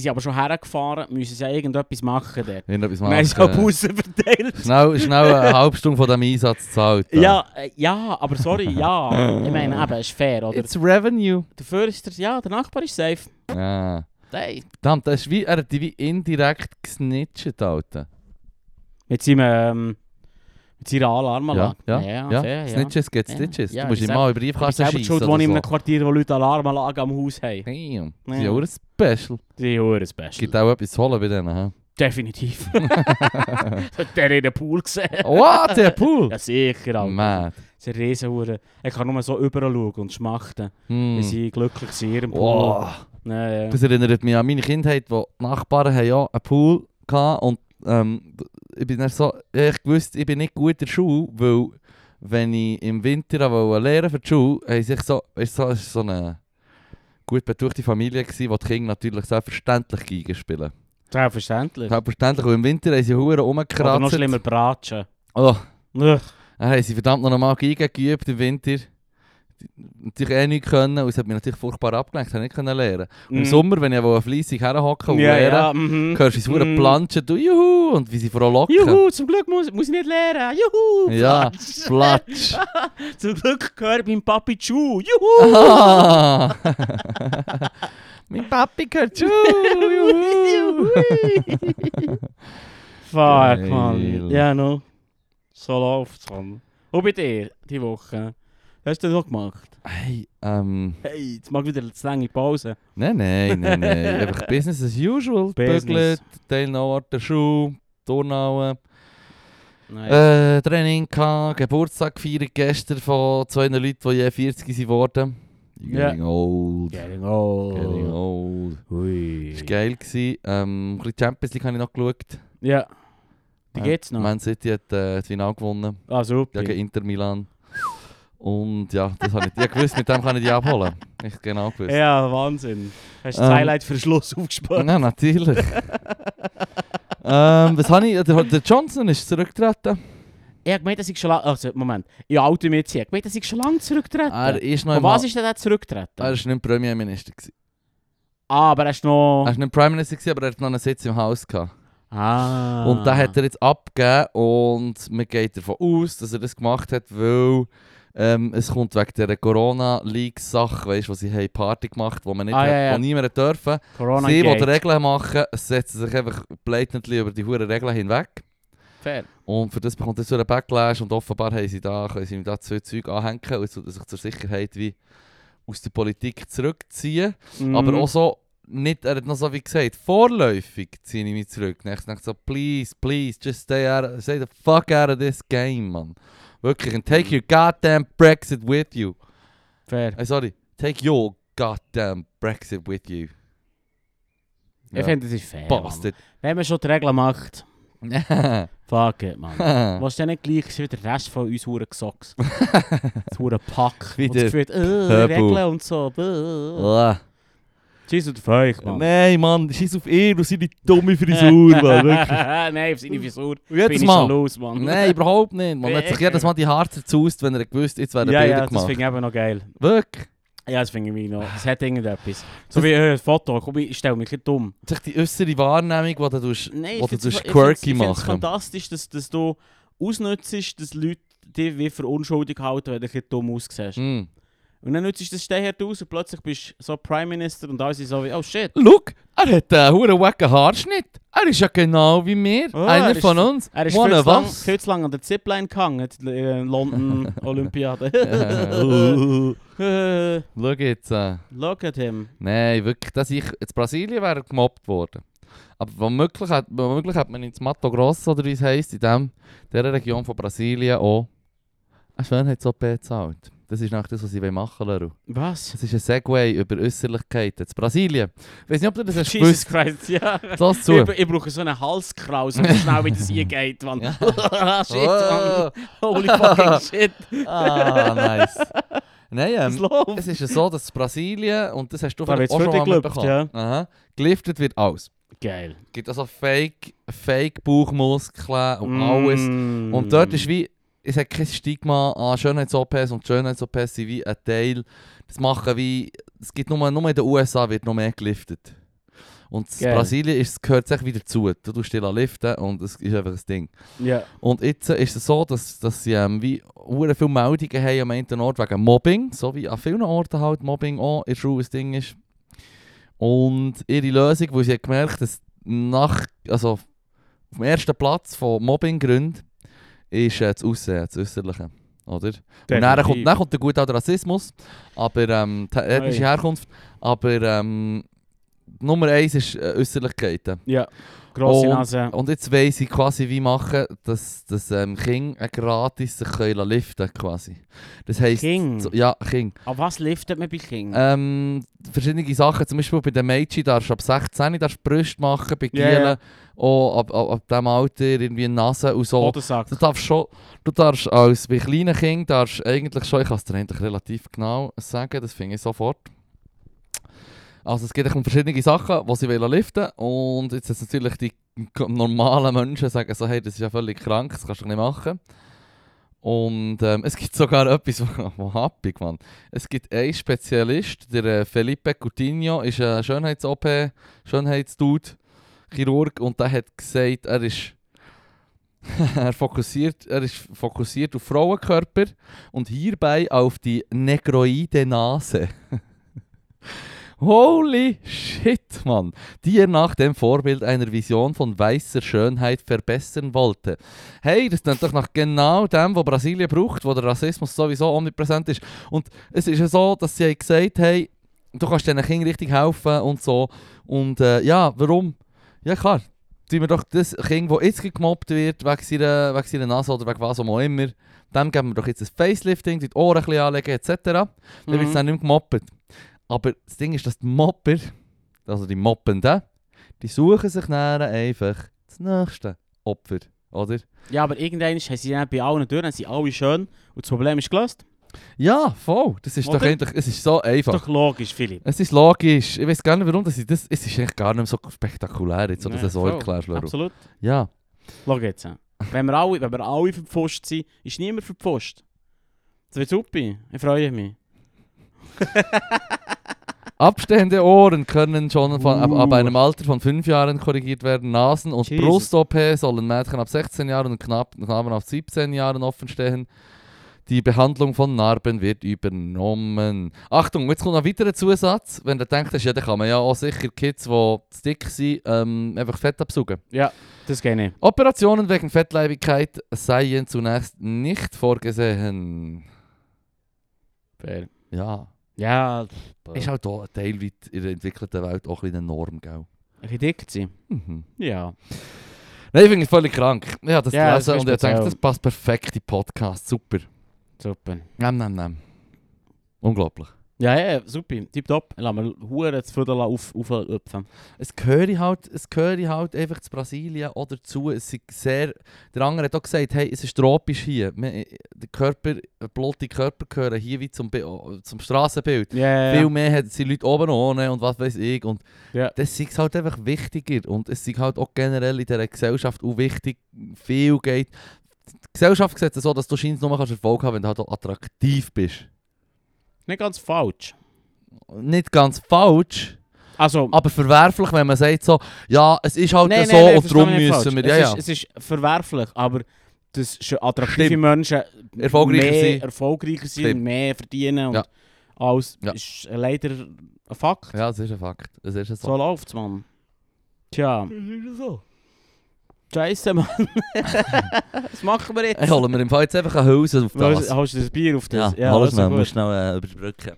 Speaker 1: sind aber schon hergefahren, müssen sie ja irgendetwas machen dort.
Speaker 2: Irgendetwas
Speaker 1: Nein, ich
Speaker 2: machen.
Speaker 1: habe Bussen verteilt.
Speaker 2: Schnell, schnell eine halbe Stunde von diesem Einsatz zahlt.
Speaker 1: Ja, äh, ja, aber sorry, ja. Ich meine, eben, ist fair, oder?
Speaker 2: It's revenue.
Speaker 1: Dafür ist der, ja, der Nachbar ist safe.
Speaker 2: Ja.
Speaker 1: Hey.
Speaker 2: Verdammt, das ist wie, er hat die wie indirekt gesnitcht, Alter.
Speaker 1: Mit seinem, ähm, mit seiner Alarmanlage.
Speaker 2: Ja,
Speaker 1: ja,
Speaker 2: ja.
Speaker 1: fair, ja.
Speaker 2: Snitches get
Speaker 1: Ja.
Speaker 2: stitches.
Speaker 1: Ja,
Speaker 2: du musst
Speaker 1: ich
Speaker 2: ihm mal über Briefkasten
Speaker 1: Ich bin selber
Speaker 2: schießen
Speaker 1: schuld,
Speaker 2: oder
Speaker 1: wo ich in einem
Speaker 2: so.
Speaker 1: Quartier, wo Leute Alarmanlage am Haus haben.
Speaker 2: Damn. Das
Speaker 1: Ja.
Speaker 2: ist ja auch ein Special.
Speaker 1: Die sind hure special.
Speaker 2: Gibt auch etwas zu holen bei denen, hä?
Speaker 1: Definitiv. Hat der in den Pool gesehen?
Speaker 2: What, Oh, der Pool?
Speaker 1: Ja, sicher, Alter.
Speaker 2: Mad.
Speaker 1: Das ist eine Riesenhure. Ich kann nur so überall schauen und schmachten.
Speaker 2: Hm.
Speaker 1: Wir sind glücklich in ihrem Pool.
Speaker 2: Oh.
Speaker 1: Ja, ja.
Speaker 2: Das erinnert mich an meine Kindheit, wo die Nachbarn haben ja einen Pool hatten und ähm, ich bin dann so, ich wusste, ich bin nicht gut in der Schule, weil wenn ich im Winter wollte lernen für die Schule, haben sich so, ist so, ist so eine gut betuchte Familie gewesen, wo die Kinder natürlich selbstverständlich Geige spielen.
Speaker 1: Selbstverständlich.
Speaker 2: Selbstverständlich, weil im Winter haben sie Huren
Speaker 1: Oder noch
Speaker 2: rumgekratzt.
Speaker 1: schlimmer, Bratschen.
Speaker 2: Oh,
Speaker 1: Ugh.
Speaker 2: dann haben sie verdammt noch mal Geige geübt im Winter. Natürlich eh nichts können und es hat mich natürlich furchtbar abgelenkt, ich konnte nicht können lernen. Und Im Sommer, wenn ich wollte fleissig herhocken und
Speaker 1: mm. Mhm. ja,
Speaker 2: lernen
Speaker 1: ja, mhm.
Speaker 2: hörst du das hure
Speaker 1: Mm.
Speaker 2: Planschen, du Juhu, und wie sie frohlocken.
Speaker 1: Juhu, zum Glück muss, muss ich nicht lernen. Juhu!
Speaker 2: Ja,
Speaker 1: Platsch.
Speaker 2: Platsch.
Speaker 1: zum Glück gehört mein Papi zu. Juhu!
Speaker 2: Ah. mein Papi gehört Juhu, Juhu.
Speaker 1: Juhu. Fuck,
Speaker 2: Geil.
Speaker 1: Mann. Ja, nou. no. So läuft's, Mann. Und bei dir, die Woche? Was hast du denn so gemacht?
Speaker 2: Hey, ähm,
Speaker 1: Hey, jetzt mag wieder eine zu lange Pause.
Speaker 2: nein, nein, nein, nein. Einfach Business as usual.
Speaker 1: Business.
Speaker 2: Bügelt, Teil Nord, der Schuh, Turnauen.
Speaker 1: Nein.
Speaker 2: Äh, Training gehabt, Geburtstag gefeiert gestern von zwei Leuten, die je 40 sind worden.
Speaker 1: Ja.
Speaker 2: Getting old.
Speaker 1: Getting old.
Speaker 2: Getting old.
Speaker 1: Ui.
Speaker 2: Das war geil. gewesen. Ähm, ein bisschen Champions League habe ich noch geschaut.
Speaker 1: Ja. Wie
Speaker 2: Ja.
Speaker 1: geht's noch?
Speaker 2: Man City hat äh, das Finale gewonnen
Speaker 1: Ah, super.
Speaker 2: gegen Inter Milan. Und ja, das habe ich, ich gewusst, mit dem kann ich die abholen. Ich genau gewusst.
Speaker 1: Ja, Wahnsinn. Hast du das
Speaker 2: Ähm.
Speaker 1: Highlight für den Schluss aufgespart?
Speaker 2: Ja, natürlich. ähm, was habe ich? Der, der Johnson ist zurückgetreten.
Speaker 1: Ich habe gemeint, dass ich schon lange... Also, oh, Moment. Ich oute mich jetzt hier. Ich habe gemeint, dass ich schon lange zurücktreten.
Speaker 2: Er ist noch
Speaker 1: Von
Speaker 2: im
Speaker 1: was
Speaker 2: Ha-
Speaker 1: ist denn der zurückgetreten?
Speaker 2: Er ist nicht Premierminister. gewesen.
Speaker 1: Ah, aber er ist noch...
Speaker 2: Er ist nicht Prime Minister, gewesen, aber er hat noch einen Sitz im Haus gehabt.
Speaker 1: Ah.
Speaker 2: Und den hat er jetzt abgegeben und man geht davon aus, dass er das gemacht hat, weil ähm, es kommt wegen dieser Corona-League-Sache, weißt du, wo sie haben Party gemacht, wo man nicht
Speaker 1: Ah,
Speaker 2: hat,
Speaker 1: ja, ja.
Speaker 2: wo niemand hat dürfen.
Speaker 1: Ah. Corona
Speaker 2: sie, die
Speaker 1: Gate.
Speaker 2: die Regeln machen, setzen sich einfach blatantly über die hohen Regeln hinweg.
Speaker 1: Fair.
Speaker 2: Und für das bekommt er so einen Backlash und offenbar haben sie da, können sie ihm da zwei Zeug anhängen und so- sich zur Sicherheit wie aus der Politik zurückziehen.
Speaker 1: Mhm.
Speaker 2: Aber auch so, nicht, er hat noch so wie gesagt, vorläufig ziehe ich mich zurück. Nächstes Nacht so, please, please, just stay out, of, stay the fuck out of this game, man. Wirklich, and take your goddamn Brexit with you.
Speaker 1: Fair.
Speaker 2: Hey, sorry, take your goddamn Brexit with you.
Speaker 1: Ich finde, das ist fair, Mann.
Speaker 2: Bastard.
Speaker 1: Wenn man schon die Regeln macht, fuck it, Mann.
Speaker 2: Was?
Speaker 1: Was denn nicht gleich ist wie der Rest von uns Huren gesocks. Das Huren Pack.
Speaker 2: Wie
Speaker 1: Und das Gefühl,
Speaker 2: der
Speaker 1: äh,
Speaker 2: Pöbel.
Speaker 1: Regeln und so. Bäh. Tschüss und feuch, Mann.
Speaker 2: Nein, Mann, schieß auf ihr und seine dumme Frisur, Mann. Wirklich.
Speaker 1: Nein, auf seine Frisur.
Speaker 2: Und
Speaker 1: Bin ich
Speaker 2: Jedes
Speaker 1: schon
Speaker 2: Mal.
Speaker 1: los, Mann.
Speaker 2: Nein, überhaupt nicht. Man hat sich jedes Mal die Haare zerzaust, wenn er gewusst jetzt werden
Speaker 1: ja,
Speaker 2: Bilder
Speaker 1: ja, das
Speaker 2: gemacht.
Speaker 1: finde ich eben noch geil.
Speaker 2: Wirklich.
Speaker 1: Ja, das finde ich irgendwie noch. Es hat irgendetwas. So wie äh, ein Foto, komm, ich stelle mich ein bisschen dumm.
Speaker 2: Sich die äußere Wahrnehmung, die du tust,
Speaker 1: Nein,
Speaker 2: Oder
Speaker 1: find's-
Speaker 2: sonst
Speaker 1: ich
Speaker 2: quirky
Speaker 1: find's- ich find's
Speaker 2: machen.
Speaker 1: fantastisch, dass, dass du ausnützt, dass Leute dich wie für unschuldig halten, wenn du ein bisschen dumm aussiehst.
Speaker 2: Mm.
Speaker 1: Und dann nützt du das Steinherd aus und plötzlich bist du so Prime Minister und alles ist so wie, oh shit.
Speaker 2: Schau, er hat einen hohen wacken Haarschnitt. Er ist ja genau wie wir.
Speaker 1: Ah, er
Speaker 2: Einer
Speaker 1: ist-
Speaker 2: von uns.
Speaker 1: Er ist
Speaker 2: Mann,
Speaker 1: viel zu, lang,
Speaker 2: was?
Speaker 1: viel zu lang an der Zipline gehangen, in London Olympiade.
Speaker 2: Schau
Speaker 1: Äh,
Speaker 2: jetzt. Äh.
Speaker 1: Look at him.
Speaker 2: Nein, wirklich, dass ich in Brasilien wäre er gemobbt worden. Aber womöglich hat, womöglich hat man in Mato Grosso, oder wie Ah, es heisst, in dem, dieser Region von Brasilien auch eine Schönheits-OP gezahlt. Das ist nach das, was ich machen will, Leru.
Speaker 1: Was?
Speaker 2: Das ist ein Segway über Äußerlichkeiten. Zu Brasilien. Ich weiß nicht, ob du das hast
Speaker 1: Jesus
Speaker 2: gewusst.
Speaker 1: Christ, ja.
Speaker 2: Lass zu.
Speaker 1: Ich, ich brauche so einen Halskraus, um schnell wieder das eingeht, Mann. Ah,
Speaker 2: Ja.
Speaker 1: shit, Mann. Holy fucking shit.
Speaker 2: Oh, Ah, nice. Nein,
Speaker 1: Was
Speaker 2: ähm,
Speaker 1: läuft?
Speaker 2: es ist ja so, dass Brasilien, und das hast du
Speaker 1: Da
Speaker 2: vielleicht
Speaker 1: wird's
Speaker 2: auch schon mal
Speaker 1: wirklich
Speaker 2: mitbekommen,
Speaker 1: gelüpft,
Speaker 2: Aha. geliftet wird alles.
Speaker 1: Geil.
Speaker 2: Es gibt also Fake, Fake Bauchmuskeln und alles.
Speaker 1: Mm.
Speaker 2: Und dort ist wie, es hat kein Stigma an Schönheits-OPs und Schönheits-OPs sind wie ein Teil. Das machen wie, es gibt nur, nur in den USA wird noch mehr geliftet. Und in
Speaker 1: Geil.
Speaker 2: Brasilien ist, gehört es echt wieder zu. Du tust dich liften und es ist einfach ein Ding.
Speaker 1: Ja.
Speaker 2: Und jetzt äh, ist es so, dass, dass sie ähm, wie hure viele Meldungen haben am einen Ort wegen Mobbing, so wie an vielen Orten halt Mobbing auch in der Schule ein Ding ist. Und ihre Lösung, weil sie hat gemerkt, dass nach, also auf dem ersten Platz von Mobbinggründen ist äh, das Aussehen, das Äußerliche. Oder? Und dann kommt, dann kommt der gute alte Rassismus, aber ähm, die ethnische
Speaker 1: Hey.
Speaker 2: Herkunft. Aber ähm, Nummer eins ist äh, Äußerlichkeiten.
Speaker 1: Ja. Grosse
Speaker 2: Und- oh,
Speaker 1: Nase.
Speaker 2: Und jetzt weiss ich quasi, wie machen, dass, dass ähm, Kinder äh, gratis sich können lassen liften quasi. Das heisst...
Speaker 1: King. Hm.
Speaker 2: So, ja, King.
Speaker 1: Aber was liftet man bei King?
Speaker 2: Ähm, verschiedene Sachen, zum Beispiel bei den Mädchen darfst du ab 16 darfst du Brüste machen, bei
Speaker 1: Ja,
Speaker 2: Gielen auch ab, ab, ab diesem Alter irgendwie Nase und so.
Speaker 1: Hodensack.
Speaker 2: Du darfst schon, du darfst als bei kleinen Kindern darfst eigentlich schon, ich kann es dir eigentlich relativ genau sagen, das finde ich sofort. Also es geht um verschiedene Sachen, die sie wollen liften und jetzt sind natürlich die k- normalen Menschen sagen so, hey, das ist ja völlig krank, das kannst du nicht machen. Und ähm, es gibt sogar etwas, was happig, Mann. Es gibt einen Spezialist, der äh, Felipe Coutinho, ist ein Schönheits-OP, Schönheitsdude, Chirurg, und der hat gesagt, er ist er, fokussiert, er ist fokussiert auf Frauenkörper und hierbei auf die negroide Nase. Holy shit, Mann! Die er nach dem Vorbild einer Vision von weißer Schönheit verbessern wollte. Hey, das klingt doch nach genau dem, was Brasilien braucht, wo der Rassismus sowieso omnipräsent ist. Und es ist ja so, dass sie haben gesagt hey, du kannst diesen Kindern richtig helfen und so. Und äh, ja, warum? Ja klar, tun wir doch das Kind, das jetzt gemobbt wird, wegen seiner, wegen seiner Nase oder wegen was auch immer, dem geben wir doch jetzt ein Facelifting, die Ohren ein bisschen anlegen etc. Dann wird es
Speaker 1: Mhm.
Speaker 2: dann nicht mehr gemobbt. Aber das Ding ist, dass die Mopper, also die Moppenden, die suchen sich dann einfach das nächste Opfer, oder?
Speaker 1: Ja, aber irgendwann haben sie dann bei allen Türen sind alle schön und das Problem ist gelöst.
Speaker 2: Ja, voll. Das ist doch
Speaker 1: Oder?
Speaker 2: eigentlich, es ist so einfach.
Speaker 1: Doch logisch, Philipp.
Speaker 2: Es ist logisch. Ich weiß gar nicht, warum das ist. Das, es ist eigentlich gar nicht mehr so spektakulär, jetzt, oder
Speaker 1: Nein,
Speaker 2: das so
Speaker 1: voll.
Speaker 2: erklärst, Leru.
Speaker 1: Absolut.
Speaker 2: Ja.
Speaker 1: Schau jetzt. äh. Wenn wir alle, wenn wir alle verpfuscht sind, ist niemand verpfuscht. Das wird super. Ich freue mich.
Speaker 2: Abstehende Ohren können schon von, ab, ab
Speaker 1: Uh.
Speaker 2: einem Alter von 5 Jahren korrigiert werden. Nasen- und
Speaker 1: Jesus.
Speaker 2: Brust-OP sollen Mädchen ab 16 Jahren und knapp, Knaben ab 17 Jahren offen stehen. Die Behandlung von Narben wird übernommen. Achtung, jetzt kommt noch ein weiterer Zusatz. Wenn du denkst, ja, dann kann man ja auch sicher Kids, die zu dick sind, ähm, einfach Fett absaugen.
Speaker 1: Das geht nicht.
Speaker 2: Operationen wegen Fettleibigkeit seien zunächst nicht vorgesehen.
Speaker 1: Fair.
Speaker 2: Ja,
Speaker 1: Ja,
Speaker 2: ist halt auch teilweise in der entwickelten Welt auch ein bisschen eine Norm, gell?
Speaker 1: ich dick sein.
Speaker 2: Mhm.
Speaker 1: Ja.
Speaker 2: Nein, ich finde es völlig krank. Ich habe das
Speaker 1: Ja, das ist
Speaker 2: gelesen und ich dachte,
Speaker 1: speziell.
Speaker 2: das passt perfekt in den Podcast. Super.
Speaker 1: Super.
Speaker 2: Nem, nem, nem. Unglaublich.
Speaker 1: Ja, ja, super. Tipptopp. Lass mir Huren zu Füdel auf, auflöpfen.
Speaker 2: Es gehört halt, es gehört halt einfach zu Brasilien auch dazu. Es sind sehr, der andere hat auch gesagt, hey, es ist tropisch hier. Man- Der Körper, blotte Körper gehören hier wie zum, Be- zum Straßenbild.
Speaker 1: Ja,
Speaker 2: Viel
Speaker 1: ja.
Speaker 2: mehr hat- sind Leute oben ohne und was weiß ich. Und
Speaker 1: Ja.
Speaker 2: das ist halt einfach wichtiger. Und es ist halt auch generell in dieser Gesellschaft auch wichtig, viel geht. Die Gesellschaft sieht es so, dass du scheinbar nur kannst Erfolg haben wenn du halt auch attraktiv bist.
Speaker 1: Nicht ganz falsch.
Speaker 2: Nicht ganz falsch,
Speaker 1: Also,
Speaker 2: aber verwerflich, wenn man sagt so, ja, es ist halt so und
Speaker 1: verstehe
Speaker 2: darum
Speaker 1: mich nicht falsch.
Speaker 2: müssen wir, ja,
Speaker 1: es,
Speaker 2: ja.
Speaker 1: Ist, es ist verwerflich, aber dass schon attraktive
Speaker 2: Stimmt.
Speaker 1: Menschen
Speaker 2: Erfolgreicher
Speaker 1: mehr
Speaker 2: sind.
Speaker 1: erfolgreicher sind,
Speaker 2: Stimmt.
Speaker 1: mehr verdienen und
Speaker 2: Ja.
Speaker 1: alles
Speaker 2: Ja.
Speaker 1: ist leider ein Fakt.
Speaker 2: Ja, das ist ein Fakt. Das ist so.
Speaker 1: So läuft's, Mann. Tja,
Speaker 2: so.
Speaker 1: scheiße, Mann. Was machen wir jetzt?
Speaker 2: Ich hole mir im Fall jetzt einfach eine Hülse auf
Speaker 1: Hast
Speaker 2: das.
Speaker 1: hast du das Bier auf das?
Speaker 2: ja alles
Speaker 1: also
Speaker 2: man
Speaker 1: gut.
Speaker 2: muss schnell äh, überbrücken.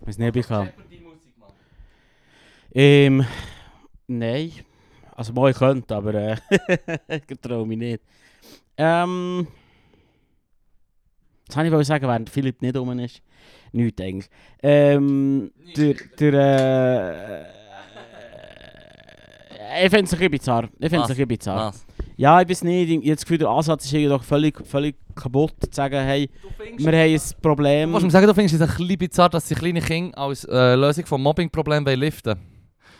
Speaker 1: Was nicht ich kann. Ähm, nein. Also mal ich könnte, aber äh, Ehm, ich traue mich nicht. Ähm, das wollte ich wohl sagen, während Philipp nicht rum ist. Nichts eigentlich. Ähm, der, der, eh, äh, ich finde es ein bisschen bizarr. Ich finde es ein
Speaker 2: Was?
Speaker 1: bisschen bizarr.
Speaker 2: Was?
Speaker 1: Ja, ich weiß nicht. Ich ich habe das Gefühl, der Ansatz ist irgendwie doch völlig, völlig kaputt. Zu sagen, hey, wir haben ein
Speaker 2: Du musst mir
Speaker 1: Problem.
Speaker 2: sagen, du findest es ein bisschen bizarr, dass sie kleine Kinder als äh, Lösung vom Mobbingproblem wollen liften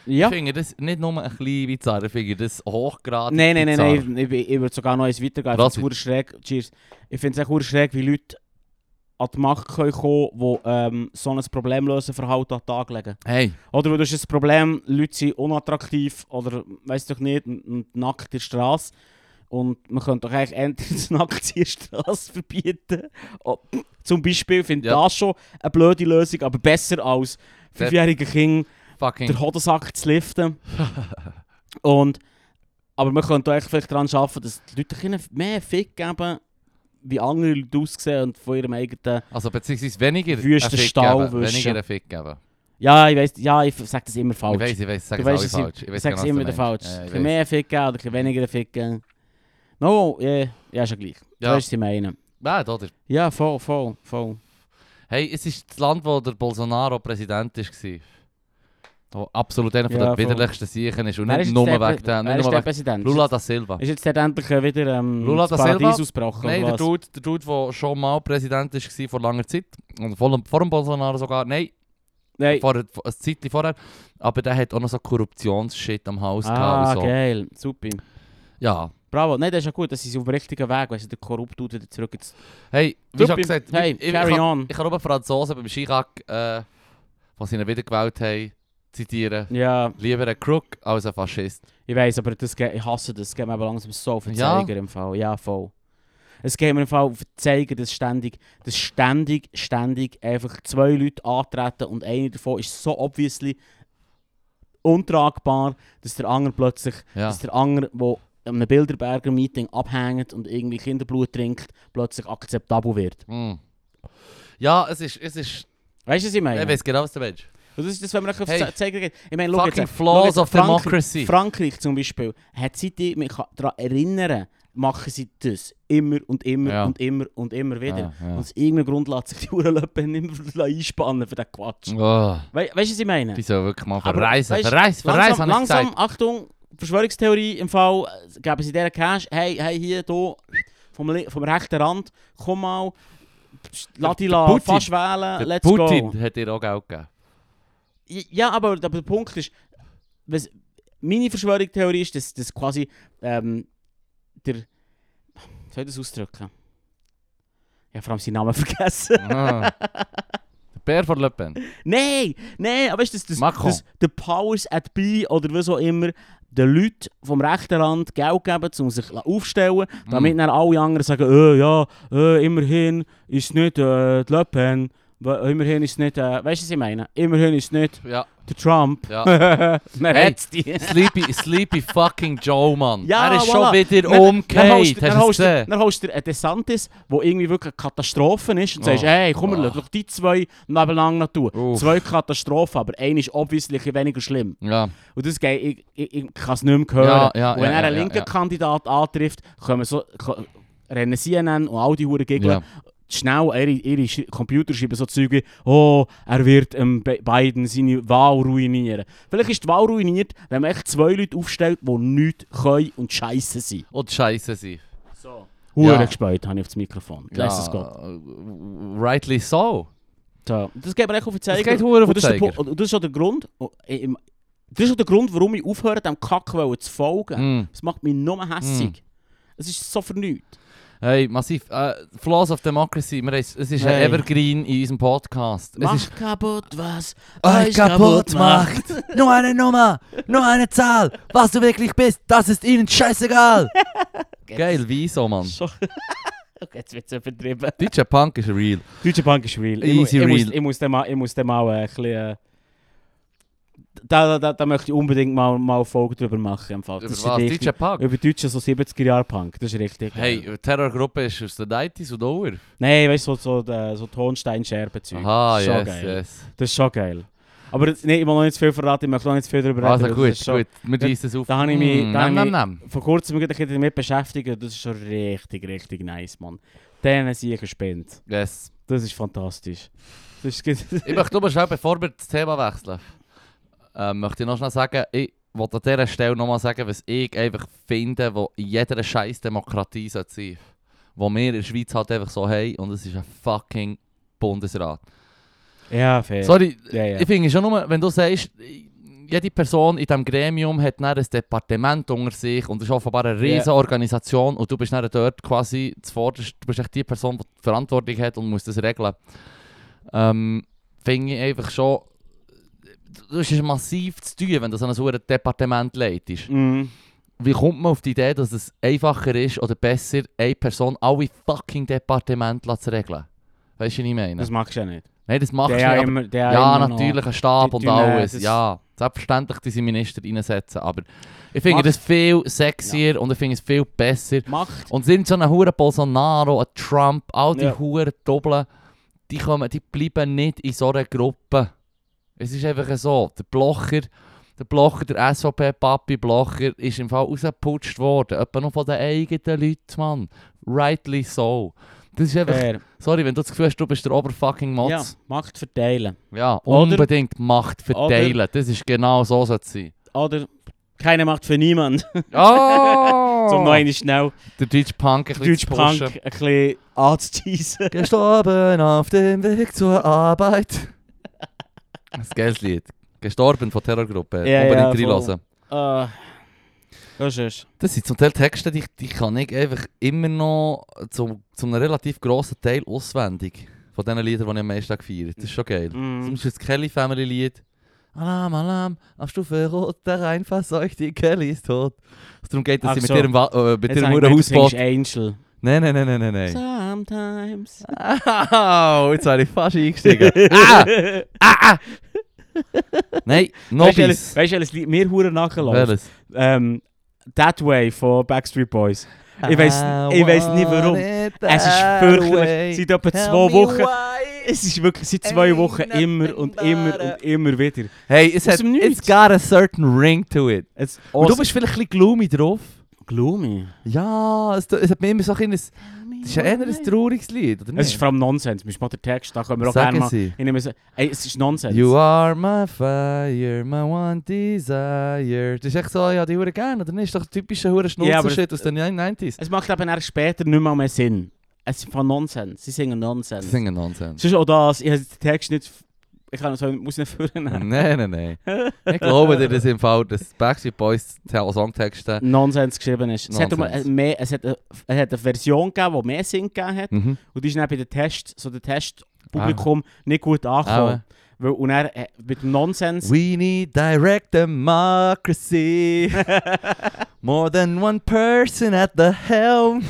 Speaker 1: Ja.
Speaker 2: Ich finde das nicht nur ein bisschen bizarr, ich finde das hochgradig
Speaker 1: Nein, nein, nein,
Speaker 2: bizarr.
Speaker 1: nein, ich, ich, ich würde sogar noch eins weitergehen. Ich
Speaker 2: Gratis.
Speaker 1: finde es schräg, cheers. Ich finde es auch verdammt schräg, wie Leute an die Macht können kommen die ähm, so ein problemlösen Verhalten an den Tag legen.
Speaker 2: Hey,
Speaker 1: Oder weil du hast ein Problem, Leute sind unattraktiv oder weiss doch nicht, n- n- nackt in der Straße. Und man könnte doch eigentlich entweder das Nackt in der Straße verbieten. Oh, zum Beispiel finde ich
Speaker 2: Ja.
Speaker 1: das schon eine blöde Lösung, aber besser als fünfjährige Kinder
Speaker 2: fucking.
Speaker 1: den Hodensack zu liften. und, aber man könnte auch vielleicht daran arbeiten, dass die Leute ein bisschen mehr Fick geben, wie andere Leute aussehen und von ihrem eigenen...
Speaker 2: Also beziehungsweise weniger einen
Speaker 1: Wüsten
Speaker 2: Fick
Speaker 1: Stall
Speaker 2: geben.
Speaker 1: wischen.
Speaker 2: Weniger einen Fick geben.
Speaker 1: Ja, ich weiss, ja, ich sage das immer falsch.
Speaker 2: Ich weiß, ich weiß, sag
Speaker 1: Du
Speaker 2: es
Speaker 1: weißt,
Speaker 2: alle
Speaker 1: es ist-
Speaker 2: falsch.
Speaker 1: Ich
Speaker 2: weiß
Speaker 1: sage es
Speaker 2: genau, was
Speaker 1: immer
Speaker 2: du
Speaker 1: wieder falsch.
Speaker 2: meinst.
Speaker 1: Ein
Speaker 2: Ja, ich
Speaker 1: bisschen
Speaker 2: weiss.
Speaker 1: mehr Fick geben oder ein bisschen weniger Fick geben. No, ja, ja, ist ja gleich. Du
Speaker 2: Ja.
Speaker 1: weißt, was ich meine.
Speaker 2: Bad, oder?
Speaker 1: Ja, voll, voll, voll.
Speaker 2: Hey, es ist das Land, wo der Bolsonaro Präsident war. Wo absolut einer von
Speaker 1: Ja,
Speaker 2: der
Speaker 1: voll.
Speaker 2: widerlichsten Sichen ist. Und
Speaker 1: Wer
Speaker 2: nicht
Speaker 1: ist
Speaker 2: nur
Speaker 1: jetzt der
Speaker 2: wegen
Speaker 1: Prä-
Speaker 2: dem.
Speaker 1: wer
Speaker 2: Nicht
Speaker 1: ist
Speaker 2: nur
Speaker 1: der
Speaker 2: wegen
Speaker 1: Präsident?
Speaker 2: Lula da Silva.
Speaker 1: Ist jetzt dort endlich äh, wieder ähm,
Speaker 2: Lula
Speaker 1: das
Speaker 2: da Silva?
Speaker 1: Paradies ausgebrochen?
Speaker 2: Nein,
Speaker 1: oder
Speaker 2: der
Speaker 1: was?
Speaker 2: Dude, der Dude, der schon mal Präsident war vor langer Zeit. Und vor, vor dem Bolsonaro sogar. Nein,
Speaker 1: Nein.
Speaker 2: vor, vor, eine Zeit vorher. Aber der hat auch noch so Korruptionsshit am Haus gehabt.
Speaker 1: Ah,
Speaker 2: und so.
Speaker 1: geil. Super.
Speaker 2: Ja.
Speaker 1: Bravo. Nein, das ist ja gut. Das ist auf dem richtigen Weg. Weißt du, der korrupt tut wieder zurück ins...
Speaker 2: Hey, wie schon
Speaker 1: Super.
Speaker 2: gesagt,
Speaker 1: Hey,
Speaker 2: ich, ich,
Speaker 1: carry
Speaker 2: ich,
Speaker 1: on.
Speaker 2: Ich habe oben Franzosen beim Skikack, äh, was sie ihn wieder gewählt haben, zitieren.
Speaker 1: Ja,
Speaker 2: Lieber ein Crook als ein Faschist.
Speaker 1: ich weiß, aber das geht, ich hasse das. Es geht mir aber langsam so auf den
Speaker 2: Ja.
Speaker 1: Zeiger im Fall. Ja, voll. Es geht mir im Fall auf den Zeiger, dass ständig, dass ständig, ständig einfach zwei Leute antreten und einer davon ist so obviously untragbar, dass der andere plötzlich,
Speaker 2: Ja.
Speaker 1: dass der andere, der an einem Bilderberger Meeting abhängt und irgendwie Kinderblut trinkt, plötzlich akzeptabel wird.
Speaker 2: Mm. Ja, es ist. Es ist
Speaker 1: Weißt du, was ich meine?
Speaker 2: Ich weiß genau, was du meinst.
Speaker 1: Und das ist das, wenn man auf
Speaker 2: Hey.
Speaker 1: hey. Zeiger geht. Ich meine, schau
Speaker 2: Fucking
Speaker 1: jetzt,
Speaker 2: flaws
Speaker 1: schau
Speaker 2: of
Speaker 1: jetzt, Frankreich-
Speaker 2: democracy.
Speaker 1: Frankreich zum Beispiel, hat sie die, man kann daran erinnern, machen sie das immer und immer
Speaker 2: Ja.
Speaker 1: und immer und immer wieder.
Speaker 2: Ja, Ah, ja.
Speaker 1: Und aus irgendeinem Grund lässt sich die Uhrenlöppe nicht mehr einspannen für den Quatsch.
Speaker 2: Oh,
Speaker 1: Wei- weißt du, was ich meine?
Speaker 2: die sollen wirklich mal
Speaker 1: Aber,
Speaker 2: verreisen.
Speaker 1: weißt du,
Speaker 2: Verreisen,
Speaker 1: Langsam,
Speaker 2: verreisen, habe ich gesagt.
Speaker 1: langsam Achtung, Verschwörungstheorie im Fall, äh, geben sie dieser Cash, hey, hey, hier, hier, vom, li- vom rechten Rand, komm mal, Ladila,
Speaker 2: Putin-
Speaker 1: fast wählen,
Speaker 2: Der
Speaker 1: äh, let's go.
Speaker 2: Putin hat dir auch Geld gegeben.
Speaker 1: Ja, aber, aber der Punkt ist, was, meine Verschwörungstheorie ist, dass, dass quasi ähm, der. Wie soll ich das ausdrücken? Ich habe vor allem seinen Namen vergessen.
Speaker 2: Ah. Der Bär von Le Pen.
Speaker 1: nein, nein, aber weißt du, dass, dass,
Speaker 2: Macron.
Speaker 1: dass die Powers at Be oder was auch immer den Leuten vom rechten Rand Geld geben, um sich aufstellen,
Speaker 2: Mm.
Speaker 1: damit dann alle anderen sagen: äh, ja, äh, immerhin ist nicht äh, die Le Pen, we- immerhin ist nicht, äh, weißt du, was ich meine? Immerhin ist nicht
Speaker 2: Ja,
Speaker 1: der Trump.
Speaker 2: ja.
Speaker 1: Man
Speaker 2: Hey.
Speaker 1: hat's die.
Speaker 2: Sleepy, Sleepy fucking Joe, Mann.
Speaker 1: Ja,
Speaker 2: er ist
Speaker 1: voilà.
Speaker 2: schon wieder
Speaker 1: Dann-
Speaker 2: umgekehrt.
Speaker 1: Dann holst du- dann holst
Speaker 2: Hast du es
Speaker 1: du-
Speaker 2: gesehen?
Speaker 1: dann holst du dir einen DeSantis, der irgendwie wirklich eine Katastrophe ist und
Speaker 2: Oh.
Speaker 1: sagst, hey, komm, wir
Speaker 2: Oh.
Speaker 1: lassen doch die zwei nebeneinander noch tun.
Speaker 2: Uff.
Speaker 1: Zwei Katastrophen, aber eine ist obviously ein bisschen weniger schlimm.
Speaker 2: Ja.
Speaker 1: Und das geht, ich, ich, ich kann es nicht mehr hören.
Speaker 2: Ja, ja,
Speaker 1: und wenn
Speaker 2: ja,
Speaker 1: er
Speaker 2: ja,
Speaker 1: einen
Speaker 2: ja,
Speaker 1: linken
Speaker 2: ja.
Speaker 1: Kandidat antrifft, kommen so, ko- rennen CNN und all die Huren gegen
Speaker 2: ja.
Speaker 1: schnell ihre, ihre Sch- Computer schreiben so Zeug wie, oh, er wird ähm, Be- Biden seine Wahl ruinieren. Vielleicht ist die Wahl ruiniert, wenn man echt zwei Leute aufstellt, die nichts können und scheiße sind.
Speaker 2: Und Oh, scheiße sie.
Speaker 1: So. Hure
Speaker 2: Ja.
Speaker 1: gespäut habe ich auf das Mikrofon. Lass es Gott.
Speaker 2: Rightly so.
Speaker 1: So. Das geht mir echt auf die Zeiger.
Speaker 2: geht hure auf
Speaker 1: Und das, ist
Speaker 2: die
Speaker 1: der
Speaker 2: Zeiger.
Speaker 1: Pu- und das ist auch der Grund, oh, dus ich- im- das ist auch der Grund, warum ich aufhöre, dem Kack wollen zu folgen.
Speaker 2: Mm.
Speaker 1: Das macht mich nur hässig. Es ist so vernünftig.
Speaker 2: Hey, massiv. Äh, Flaws of Democracy. Wir haben, es es ist
Speaker 1: Hey.
Speaker 2: ein Evergreen in unserem Podcast. Es
Speaker 1: Mach
Speaker 2: ist
Speaker 1: kaputt, was
Speaker 2: euch kaputt macht. nur eine Nummer, nur eine Zahl. Was du wirklich bist, das ist ihnen scheißegal. Geil, wieso, Mann?
Speaker 1: So. okay, jetzt wird es übertrieben.
Speaker 2: DJ Punk ist real.
Speaker 1: Deutsche Bank ist real. Ich, mu-
Speaker 2: Easy
Speaker 1: ich, Muss,
Speaker 2: real.
Speaker 1: ich muss den mal, ich muss den mal äh, ein bisschen... Äh, da, da, da, da möchte ich unbedingt mal, mal eine Folge drüber machen. Im Fall.
Speaker 2: Über
Speaker 1: Das ist
Speaker 2: was?
Speaker 1: richtig-
Speaker 2: DJ Punk?
Speaker 1: Über deutsche so 70er Jahre Punk, das ist richtig.
Speaker 2: Hey, die Terrorgruppe ist aus den 90s und over.
Speaker 1: Nein, weißt du, so, so, äh, so Tonsteinscherben-Zeug.
Speaker 2: Aha,
Speaker 1: Das ist schon
Speaker 2: yes, eh.
Speaker 1: geil.
Speaker 2: yes.
Speaker 1: Das ist schon geil. Aber jetzt- nee, ich will noch nicht zu viel verraten, ich möchte noch nicht zu viel darüber
Speaker 2: Also
Speaker 1: reden.
Speaker 2: gut,
Speaker 1: das ist schon-
Speaker 2: gut. Wir reissen es auf.
Speaker 1: da habe ich mich-
Speaker 2: Mm,
Speaker 1: da habe
Speaker 2: nam,
Speaker 1: ich
Speaker 2: nam, nam.
Speaker 1: dus Vor kurzem mich ein bisschen damit beschäftigt, das ist schon richtig, richtig nice, Mann. denen Sicher spinnt.
Speaker 2: Yes.
Speaker 1: Das ist fantastisch. Dus Das ist gut.
Speaker 2: Ich möchte nur schnell, bevor wir das Thema wechseln, ähm, möchte ich noch schnell sagen, ich wollte an dieser Stelle nochmal sagen, was ich einfach finde, wo in jeder scheiß Demokratie sollte sein Wo wir in der Schweiz halt einfach so haben und es ist ein fucking Bundesrat.
Speaker 1: ja, fair.
Speaker 2: Sorry,
Speaker 1: Ja, ja.
Speaker 2: ich finde schon nur, wenn du sagst, jede Person in diesem Gremium hat dann ein Departement unter sich und ist offenbar eine riesen
Speaker 1: Ja.
Speaker 2: Organisation und du bist dann dort quasi zuvorderst, du bist echt die Person, die die Verantwortung hat und muss das regeln. Ähm, finde ich einfach schon, das ist massiv zu tun, wenn du so ein verdammtes Departement leitest.
Speaker 1: Mhm.
Speaker 2: Wie kommt man auf die Idee, dass es einfacher ist oder besser, eine Person alle fucking Departemente zu regeln? Weißt du, was ich meine?
Speaker 1: Das magst du ja nicht.
Speaker 2: Nein, das machst du
Speaker 1: Der
Speaker 2: nicht, aber-
Speaker 1: immer, der
Speaker 2: ja,
Speaker 1: immer noch.
Speaker 2: natürlich, ein Stab
Speaker 1: Die
Speaker 2: und
Speaker 1: tun, äh,
Speaker 2: alles.
Speaker 1: das-
Speaker 2: Ja, selbstverständlich diese Minister reinsetzen. Aber ich finde
Speaker 1: Macht-
Speaker 2: das viel sexier und ich finde es viel besser.
Speaker 1: Macht.
Speaker 2: Und sind so ein Huren Bolsonaro, ein Trump, all die
Speaker 1: Ja.
Speaker 2: Huren Doppeln, die, kommen, die bleiben nicht in so einer Gruppe. Es ist einfach so. Der Blocher, der Blocher, der SVP-Papi Blocher, ist im Fall rausgeputscht worden. Etwa noch von den eigenen Leuten, Mann. Rightly so. Das ist einfach.
Speaker 1: Fair.
Speaker 2: Sorry, wenn du das Gefühl hast, du bist der oberfucking Motz.
Speaker 1: Äh. Ja, Macht verteilen.
Speaker 2: Ja,
Speaker 1: Oder-
Speaker 2: unbedingt Macht verteilen. Das ist genau so, sollte es sein.
Speaker 1: Oder keine Macht für niemand.
Speaker 2: Oh!
Speaker 1: Zum neuen schnell
Speaker 2: Der Deutsche Punk ein bisschen
Speaker 1: Deutsch
Speaker 2: zu
Speaker 1: Punk
Speaker 2: pushen.
Speaker 1: ein bisschen anzuschiessen.
Speaker 2: Gestorben auf dem Weg zur Arbeit. Das geiles Lied. Gestorben von Terrorgruppe.
Speaker 1: Ja, ja,
Speaker 2: unbedingt
Speaker 1: voll.
Speaker 2: reinlassen.
Speaker 1: Ah. Das ist
Speaker 2: Das sind zum Teil Texte, die, die kann ich einfach immer noch zum, zum einem relativ grossen Teil auswendig. Von diesen Liedern, die ich am meisten gefeiert habe. Das ist schon geil. Zum
Speaker 1: mm.
Speaker 2: Beispiel das Kelly Family Lied. Alarm, Alarm, auf Stufe Rot, der Rhein verseucht, die Kelly ist tot. Es darum geht, dass
Speaker 1: Ach
Speaker 2: sie mit
Speaker 1: so.
Speaker 2: ihrem, Wa- äh, mit
Speaker 1: Jetzt habe ich
Speaker 2: ihrem Huren
Speaker 1: gemeint, du
Speaker 2: Hausboot.
Speaker 1: findest Angel. Ah!
Speaker 2: Nein, nein, nein, nein, nein, nein.
Speaker 1: Sometimes.
Speaker 2: Au, jetzt habe ich fast eingestiegen. ah, ah, ah. Nein,
Speaker 1: Weißt du, welches-
Speaker 2: Nobis.
Speaker 1: weißt du, welches Lied mir Huren nachgelassen?
Speaker 2: Welches?
Speaker 1: Ähm, That Way von Backstreet Boys. Ich
Speaker 2: Ah,
Speaker 1: weiss- ich weiss nicht warum. Es ist fürchterlich. Seit etwa zwei Wochen. Es ist wirklich seit zwei
Speaker 2: Ain't
Speaker 1: Wochen immer und
Speaker 2: nothing
Speaker 1: immer
Speaker 2: but a-
Speaker 1: und immer wieder.
Speaker 2: Hey, es
Speaker 1: Aus
Speaker 2: hat,
Speaker 1: dem
Speaker 2: it's
Speaker 1: Nichts.
Speaker 2: got a certain ring to it.
Speaker 1: Es
Speaker 2: Und du bist vielleicht ein bisschen gloomy drauf.
Speaker 1: gloomy.
Speaker 2: Ja, es, es hat mir immer so ein bisschen... Das ist ja eher ein trauriges Lied, oder
Speaker 1: Es ist vor allem Nonsens. Wir mal den Text, da können wir auch gerne
Speaker 2: Sagen
Speaker 1: mal.
Speaker 2: sie.
Speaker 1: Ich nehme es, ey, es ist Nonsens.
Speaker 2: You are my fire, my one desire. Das ist echt so, ja, die Hure gerne, oder nicht? Das ist doch typischer Hure
Speaker 1: Ja, aber- Äh,
Speaker 2: Schnurzer-Shit aus den 90s.
Speaker 1: es macht eben erst später nicht mehr, mehr Sinn. Es ist von Nonsens. Sie singen Nonsens.
Speaker 2: Singen Nonsens.
Speaker 1: Sonst auch das. Ich habe den Text nicht. Ich kann es muss nicht führen.
Speaker 2: Nein, nein, nein. Ich glaube dir das im Fall, dass Backstreet Boys Tell- Songtexte.
Speaker 1: Nonsens geschrieben ist. Es hat,
Speaker 2: Nonsens.
Speaker 1: einmal eine- mehr, es, hat, eine- es hat eine Version gegeben, die mehr Sinn gegeben hat.
Speaker 2: Mhm.
Speaker 1: Und die ist dann bei den Tests, so dem
Speaker 2: Ah.
Speaker 1: Testpublikum nicht gut angekommen. Weil, und er äh, mit dem Nonsens.
Speaker 2: We need direct democracy. More than one person at the helm.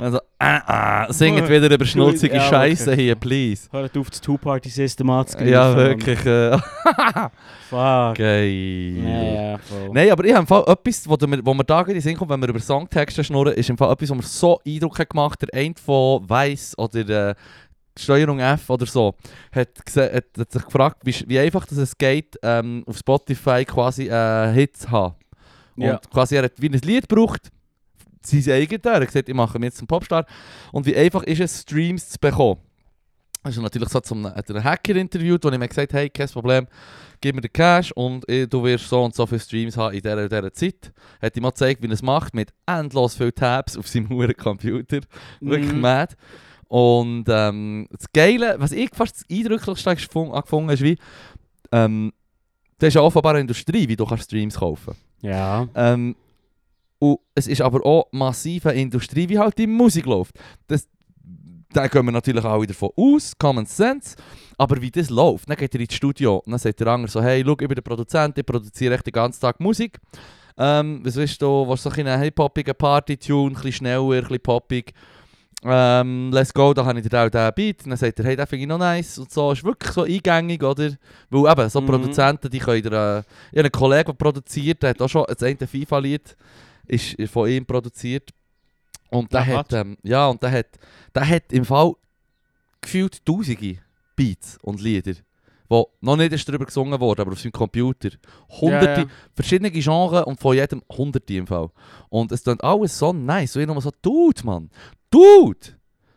Speaker 2: also, ah, ah, singt wieder über schnulzige
Speaker 1: Oh, Ja,
Speaker 2: Scheiße
Speaker 1: wirklich.
Speaker 2: hier, please.
Speaker 1: Hört auf, das Two-Party-System anzugreifen.
Speaker 2: Ja, wirklich. Äh,
Speaker 1: Fuck.
Speaker 2: geil.
Speaker 1: Ja, ja, voll.
Speaker 2: Nein, aber ich habe im Fall etwas, wo, du mir- wo mir da gerade in den Sinn kommt, wenn wir über Songtexte schnurren, ist im Fall etwas, was mir so Eindruck hat gemacht Der eine von Weiss oder äh, Steuerung F oder so, hat, gese- hat, hat sich gefragt, wie, sch- wie einfach dass es geht, ähm, auf Spotify quasi äh, Hit zu haben. Und
Speaker 1: Ja.
Speaker 2: quasi er hat wie ein Lied gebraucht, sein eigenes, er hat gesagt, ich mache mir jetzt einen Popstar. Und wie einfach ist es, Streams zu bekommen. Das ist natürlich so zum hat einen Hacker interviewt, wo ich mir gesagt habe, hey, kein Problem, gib mir den Cash und äh, du wirst so und so viele Streams haben in dieser, dieser Zeit. Hat ihm mal gezeigt, wie er es macht, mit endlos vielen Tabs auf seinem huren Computer. Wirklich
Speaker 1: Mhm.
Speaker 2: mad. Und ähm, das Geile, was ich fast das Eindrücklichste gefun- angefunden habe, ist wie, ähm, das ist ja offenbar eine Industrie, wie du kannst Streams kaufen
Speaker 1: Ja.
Speaker 2: ähm, und es ist aber auch massive Industrie, wie halt die Musik läuft. Das, da gehen wir natürlich alle davon aus, Common Sense. Aber wie das läuft, dann geht er ins Studio und dann sagt der andere so, hey, schau, ich bin der Produzent, ich produziere echt den ganzen Tag Musik. Ähm, was willst du, was so ein bisschen einen hip-hoppigen Party-Tune, ein bisschen schneller, ein bisschen poppig. Ähm, let's go, da habe ich dir auch den Beat. Und dann sagt er, hey, den finde ich noch nice und so. Ist wirklich so eingängig, oder? Weil eben, so
Speaker 1: Mhm.
Speaker 2: Produzenten, die können dir... Äh, ich habe einen Kollegen, der produziert, der hat auch schon das eine FIFA-Lied ist von ihm produziert. Und der
Speaker 1: Ja,
Speaker 2: hat, ähm, ja, und der hat, der hat im Fall gefühlt tausende Beats und Lieder, wo noch nicht erst darüber gesungen wurden, aber auf seinem Computer. Hunderte,
Speaker 1: Ja, ja.
Speaker 2: verschiedene Genres und von jedem hunderte im Fall. Und es klingt alles so nice. Und ich nochmal so, Dude, Mann, Dude!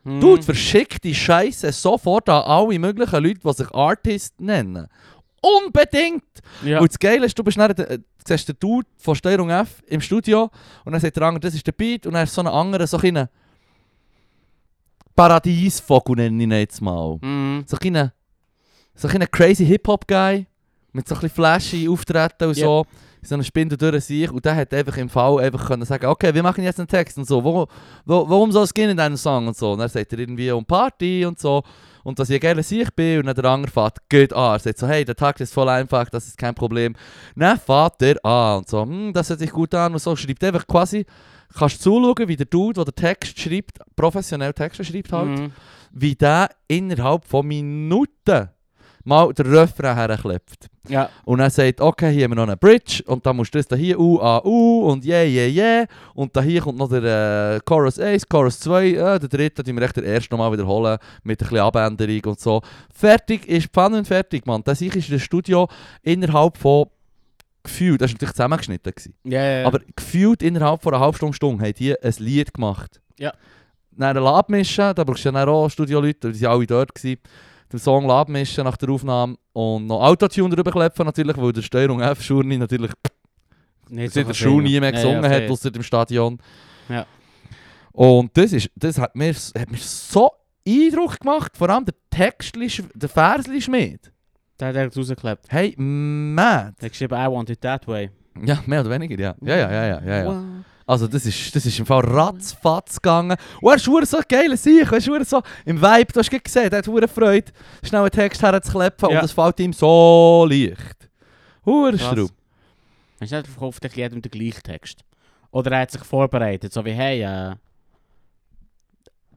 Speaker 1: Mhm.
Speaker 2: Dude, verschick die Scheiße sofort an alle möglichen Leute, die sich Artist nennen. Unbedingt!
Speaker 1: ja.
Speaker 2: Und das Geile ist, du bist dann, äh, siehst den Dude von Steuerung F im Studio und dann sagt der andere, das ist der Beat und dann ist so ein anderer, so ein Paradiesvogel nenne ich ihn jetzt mal.
Speaker 1: Mhm.
Speaker 2: So ein so ein crazy Hip-Hop-Guy mit so ein bisschen flashy Auftreten und so. In so einer Spindel durch sich und der hat einfach im Fall einfach können sagen, okay, wir machen jetzt einen Text und so, wo, wo, warum soll es gehen in deinem Song und so. Und dann sagt er irgendwie um Party und so und dass ich ein geiler Sieg bin und dann der andere fährt, geht an. Er sagt so, hey, der Takt ist voll einfach, das ist kein Problem. Dann fährt er an und so, hm, das hört sich gut an und so. Schreibt einfach quasi, kannst zuschauen, wie der Dude, der den Text schreibt, professionell Texte schreibt halt,
Speaker 1: Mhm.
Speaker 2: wie der innerhalb von Minuten mal den Refrain herklebt.
Speaker 1: Ja.
Speaker 2: Und er sagt, okay, hier haben wir noch eine Bridge und dann musst du das da hier U, A, U und yeah, yeah, yeah. Und da hier kommt noch der äh, Chorus 1, Chorus 2, äh, der dritte, den wir echt den ersten nochmal wiederholen mit ein bisschen Abänderung und so. Fertig ist Pfanne und fertig, Mann. Das ich ist das Studio innerhalb von gefühlt, das war natürlich zusammengeschnitten. Gewesen.
Speaker 1: Ja, ja, ja.
Speaker 2: Aber gefühlt innerhalb von einer halben Stunde, Stunde haben die ein Lied gemacht.
Speaker 1: Ja.
Speaker 2: Dann ein abmischen, da brauchst du ja dann auch Studio-Leute, die waren alle dort. Gewesen. Den Song abmischen nach der Aufnahme und noch Autotune rüberklepfen natürlich, weil der Steuerung F Schurni natürlich
Speaker 1: Nicht
Speaker 2: seit der
Speaker 1: kann
Speaker 2: Schule nie
Speaker 1: singen.
Speaker 2: mehr
Speaker 1: Ja,
Speaker 2: gesungen
Speaker 1: ja,
Speaker 2: hat,
Speaker 1: fair.
Speaker 2: außer im Stadion.
Speaker 1: Ja.
Speaker 2: Und das, ist, das hat, mir, hat mir so Eindruck gemacht, vor allem der Text, der Versli-Schmied.
Speaker 1: Der hat direkt rausgeklebt.
Speaker 2: Hey, mad!
Speaker 1: Der hat geschrieben, I want it that way.
Speaker 2: Ja, mehr oder weniger, ja. Ja, ja, ja, ja, ja. ja. Also das ist, das ist im Fall ratzfatz gegangen. Und er ist verdammt so geil sich, er ist verdammt so im Vibe, du hast gerade gesehen, er hat verdammt Freude, schnell einen Text herzukleppen
Speaker 1: Ja.
Speaker 2: und das fällt ihm so leicht. Hurstrub.
Speaker 1: Hast du nicht verkauft, ich jedem den gleichen Text? Oder er hat sich vorbereitet, so wie, hey, äh,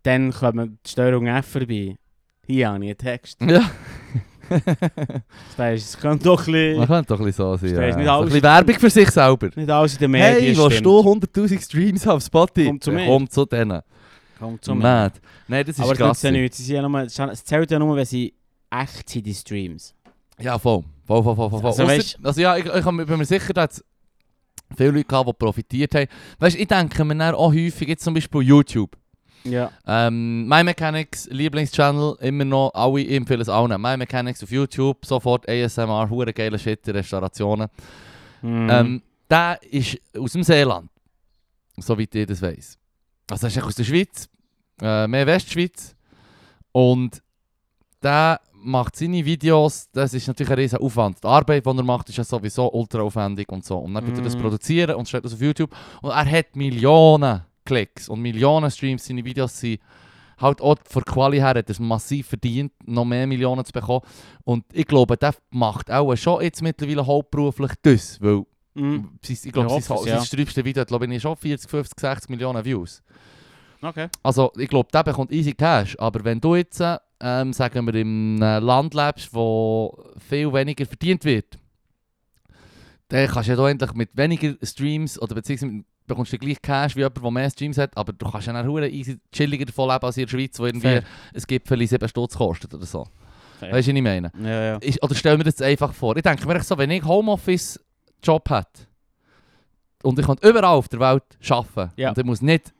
Speaker 1: dann kommen die Störung F vorbei. Hier habe ich einen Text.
Speaker 2: Ja.
Speaker 1: Das weisst, es könnte doch ein
Speaker 2: Man
Speaker 1: bisschen,
Speaker 2: könnte doch ein bisschen so sein.
Speaker 1: Verstehst
Speaker 2: Ja.
Speaker 1: nicht
Speaker 2: So ein
Speaker 1: alles-
Speaker 2: bisschen Werbung für sich selber.
Speaker 1: nicht alles in den Medien
Speaker 2: Hey, willst
Speaker 1: stimmt.
Speaker 2: du 100'000 Streams auf Spotify?
Speaker 1: Komm zu mir.
Speaker 2: Komm zu denen.
Speaker 1: Komm zu mir.
Speaker 2: Mad. Nein, das ist
Speaker 1: Aber es nützt
Speaker 2: krass.
Speaker 1: ja nichts. Sie sind ja nur, es zählt ja nur, wenn sie echt sind, die Streams.
Speaker 2: Ja, voll. Voll, voll, voll, voll. voll.
Speaker 1: Also,
Speaker 2: Ausser-
Speaker 1: weisst-
Speaker 2: also ja, ich, ich hab mir- bin mir sicher, dass es viele Leute gab, die profitiert haben. Weißt du, ich denke mir dann auch häufig, jetzt zum Beispiel YouTube.
Speaker 1: Ja.
Speaker 2: Ähm, My Mechanics, Lieblingschannel, immer noch, alle ich empfehle es allen. My Mechanics auf YouTube, sofort ASMR, hure geile Shit, die Restaurationen.
Speaker 1: Mhm.
Speaker 2: Ähm, der ist aus dem Seeland, soweit ich das weiss. Also er ist eigentlich aus der Schweiz, äh, mehr Westschweiz. Und der macht seine Videos, das ist natürlich ein riesen Aufwand. Die Arbeit, die er macht, ist ja sowieso ultra aufwendig und so. Und dann tut er das
Speaker 1: Mhm.
Speaker 2: produzieren und stellt das auf YouTube. Und er hat Millionen Klicks und Millionen Streams. Seine Videos sind halt auch von der Quali her hat er es massiv verdient, noch mehr Millionen zu bekommen. Und ich glaube, der macht auch schon jetzt mittlerweile hauptberuflich das, weil
Speaker 1: Mhm.
Speaker 2: sein- Ich glaube,
Speaker 1: Ich
Speaker 2: sein,
Speaker 1: hoffe
Speaker 2: sein
Speaker 1: es, ja.
Speaker 2: schreibste Video hat, glaube ich, schon 40, 50, 60 Millionen Views.
Speaker 1: Okay.
Speaker 2: Also, ich glaube, der bekommt easy Cash. Aber wenn du jetzt, äh, ähm, sagen wir, im äh, Land lebst, wo viel weniger verdient wird, dann kannst du ja da endlich mit weniger Streams oder beziehungsweise mit- bekommst du gleich Cash wie jemand, der mehr Streams hat, aber du kannst ja dann verdammt easy chilliger davon leben als in der Schweiz, wo irgendwie
Speaker 1: Fair.
Speaker 2: ein Gipfel 7 Stutz kostet oder so.
Speaker 1: Fair.
Speaker 2: Weißt du, was ich meine?
Speaker 1: Ja, ja.
Speaker 2: Ist, oder stell mir das einfach vor. Ich denke mir echt so, wenn ich Homeoffice-Job hätte und ich könnte überall auf der Welt arbeiten
Speaker 1: Ja.
Speaker 2: und ich muss nicht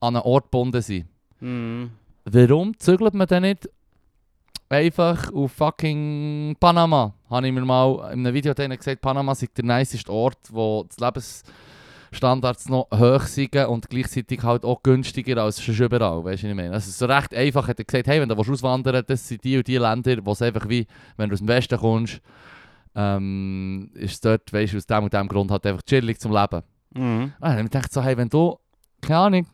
Speaker 2: an einen Ort gebunden sein,
Speaker 1: Mhm.
Speaker 2: warum zügelt man dann nicht einfach auf fucking Panama? Habe ich mir mal in einem Video denen gesagt, Panama sei der niceste Ort, wo die Lebensstandards noch hoch sind und gleichzeitig halt auch günstiger als sonst überall, weißt du, was ich meine? Also so recht einfach hat er gesagt, hey, wenn du willst auswandern willst, das sind die und die Länder, wo es einfach wie, wenn du aus dem Westen kommst, ähm, ist es dort, weißt du, aus dem und dem Grund halt einfach chillig zum Leben.
Speaker 1: Mhm.
Speaker 2: Ah, dann dachte ich so, hey, wenn du, keine Ahnung,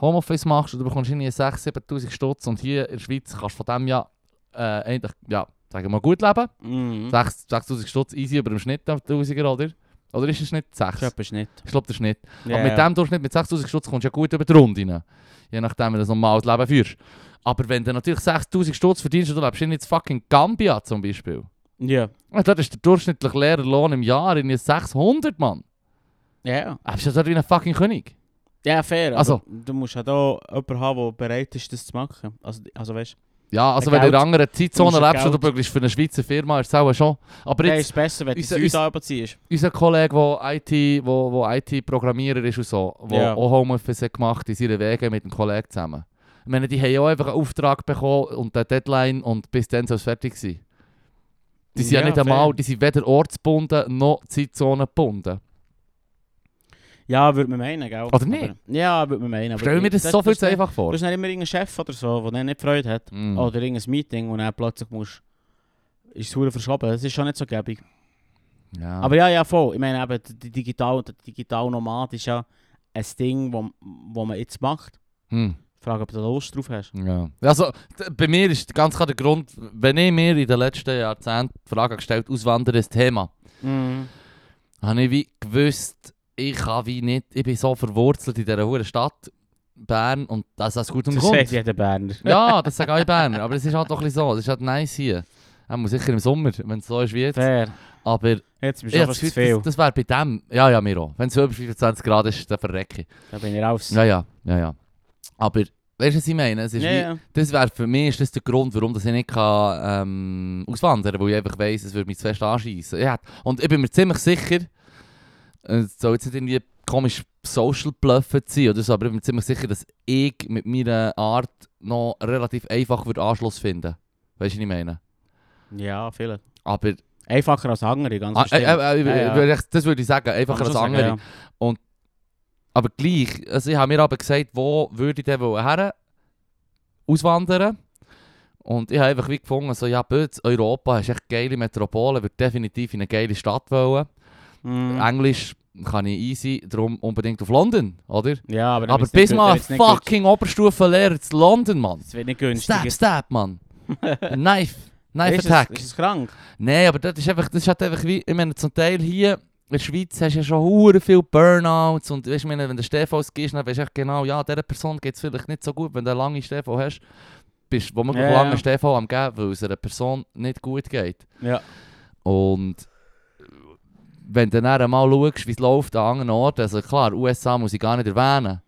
Speaker 2: Homeoffice machst und du bekommst irgendwie 6'000, 7'000 Stutz und hier in der Schweiz kannst du von dem ja äh, eigentlich, ja, sagen wir mal, gut leben.
Speaker 1: Mhm. Das
Speaker 2: 6 6'000 Stutz easy über dem Schnitt, der 1000er, oder? Oder ist es nicht 6?
Speaker 1: ist etwas nicht.
Speaker 2: Ich glaube, der Schnitt.
Speaker 1: Ja,
Speaker 2: Aber mit
Speaker 1: ja.
Speaker 2: dem Durchschnitt, mit 6'000 Stutz kommst du ja gut über die Runde rein. Je nachdem, wie du ein normales Leben führst. Aber wenn du natürlich 6'000 Stutz verdienst und du lebst in jetzt fucking Gambia zum Beispiel.
Speaker 1: Ja.
Speaker 2: Ja, Dort ist der durchschnittliche Lehrerlohn im Jahr in 600, Mann.
Speaker 1: Ja.
Speaker 2: Du bist ja dort wie ein fucking König.
Speaker 1: Ja, fair. aber
Speaker 2: Also-
Speaker 1: Du musst ja da jemanden haben, der bereit ist, das zu machen. Also, also weißt du,
Speaker 2: Ja, also
Speaker 1: Ein
Speaker 2: wenn du in
Speaker 1: Geld-
Speaker 2: einer anderen
Speaker 1: Du
Speaker 2: Zeitzone
Speaker 1: musst ein
Speaker 2: lebst oder
Speaker 1: Geld-
Speaker 2: wirklich für eine Schweizer Firma, ist es auch schon. Aber
Speaker 1: dann
Speaker 2: jetzt,
Speaker 1: ist es besser, wenn du
Speaker 2: unser-
Speaker 1: uns
Speaker 2: unser-
Speaker 1: überziehst.
Speaker 2: unser Kollege, der IT, wo, wo IT-Programmierer ist und so, der
Speaker 1: Ja.
Speaker 2: auch Homeoffice hat gemacht in seinen Wegen mit dem Kollegen zusammen. Ich meine, die haben ja auch einfach einen Auftrag bekommen und eine Deadline und bis dann soll es fertig sein. Die sind ja,
Speaker 1: Ja,
Speaker 2: nicht
Speaker 1: fair.
Speaker 2: einmal, die sind weder ortsgebunden noch zeitzonengebunden.
Speaker 1: Ja, würde man meinen, gell?
Speaker 2: Oder nicht?
Speaker 1: Aber- ja, würde man meinen. aber
Speaker 2: Stell mir das so viel
Speaker 1: ist
Speaker 2: zu
Speaker 1: dann-
Speaker 2: einfach
Speaker 1: Du
Speaker 2: vor.
Speaker 1: hast dann immer irgendeinen Chef oder so, der dann nicht Freude hat.
Speaker 2: Mm.
Speaker 1: Oder irgendein Meeting und dann plötzlich musst ist es verdammt verschoben. Das ist schon nicht so gäbig.
Speaker 2: Ja.
Speaker 1: Aber ja, ja, voll. Ich meine eben, die digital, der digital Nomad ist ja ein Ding, wo, wo man jetzt macht.
Speaker 2: Hm.
Speaker 1: Frage, ob du da Lust drauf hast.
Speaker 2: Ja. Also, d- bei mir ist ganz klar der Grund, wenn ich mir in den letzten Jahrzehnten die Frage gestellt Auswandern ist Thema, Mm.
Speaker 1: Mhm.
Speaker 2: habe ich wie gewusst, ich kann wie nicht, ich bin so verwurzelt in dieser hohen Stadt Bern und das ist gut und
Speaker 1: Das
Speaker 2: Grund.
Speaker 1: sagt jeder Berner.
Speaker 2: Ja, das sagen alle Berner, aber es ist halt doch ein bisschen so, es ist halt nice hier. Er muss sicher im Sommer, wenn es so ist wie jetzt.
Speaker 1: Fair.
Speaker 2: Aber
Speaker 1: Jetzt bist du
Speaker 2: ich
Speaker 1: schon
Speaker 2: hab
Speaker 1: fast
Speaker 2: das
Speaker 1: zu
Speaker 2: Gefühl,
Speaker 1: viel.
Speaker 2: das, das wäre bei dem, ja, ja, mir auch. Wenn es über 25 Grad ist, dann verrecke ich.
Speaker 1: Da bin ich raus.
Speaker 2: Ja, ja, ja, ja. Aber, weißt du, was ich meine? Es ist
Speaker 1: Ja,
Speaker 2: wie,
Speaker 1: ja.
Speaker 2: Das wäre für mich ist das der Grund, warum dass ich nicht kann, ähm, auswandern kann, weil ich einfach weiss, es würde mich zu fest anschiessen. Ja, und ich bin mir ziemlich sicher, äh, es soll jetzt nicht irgendwie komisch social bluffen sein oder so, aber ich bin mir ziemlich sicher, dass ich mit meiner Art noch relativ einfach würde Anschluss finden Weißt du, was ich meine?
Speaker 1: Ja, viele.
Speaker 2: Aber
Speaker 1: Einfacher als andere, ganz
Speaker 2: ah, äh,
Speaker 1: bestimmt.
Speaker 2: äh,
Speaker 1: Ja, ja.
Speaker 2: äh, würde ich- das würde ich sagen,
Speaker 1: Kann man
Speaker 2: einfacher
Speaker 1: schon
Speaker 2: als
Speaker 1: sagen,
Speaker 2: andere.
Speaker 1: ja.
Speaker 2: Aber gleich, also ich habe mir aber gesagt, wo würde ich denn wollen her auswandern. Und ich habe einfach wie gefunden, so, ja, Bötz, Europa ist echt eine geile Metropole, würde definitiv in eine geile Stadt wollen.
Speaker 1: Mhm.
Speaker 2: Englisch kann ich easy, darum unbedingt auf London, oder?
Speaker 1: Ja, aber, dann
Speaker 2: aber
Speaker 1: ist nicht
Speaker 2: bis
Speaker 1: gut,
Speaker 2: mal
Speaker 1: dann
Speaker 2: ein
Speaker 1: ist nicht gut.
Speaker 2: fucking Oberstufenlehrer zu London, Mann.
Speaker 1: Es wird nicht günstiger.
Speaker 2: Stab, stab, Mann. Knife, Knife
Speaker 1: ist
Speaker 2: Attack.
Speaker 1: Es, ist es krank?
Speaker 2: Nein, aber das ist einfach, das ist halt einfach wie, ich meine, zum Teil hier in der Schweiz hast du ja schon hure viel Burnouts und weißt, ich meine, wenn du Stefos gehst, dann weißt du echt genau, ja, dieser Person geht es vielleicht nicht so gut, wenn du eine lange Stefo hast, bist wo man
Speaker 1: Ja, ja.
Speaker 2: lange Stefo am geben, weil es einer Person nicht gut geht.
Speaker 1: Ja.
Speaker 2: Und wenn du dann mal schaust, wie es läuft an anderen Orten, also klar, USA muss ich gar nicht erwähnen,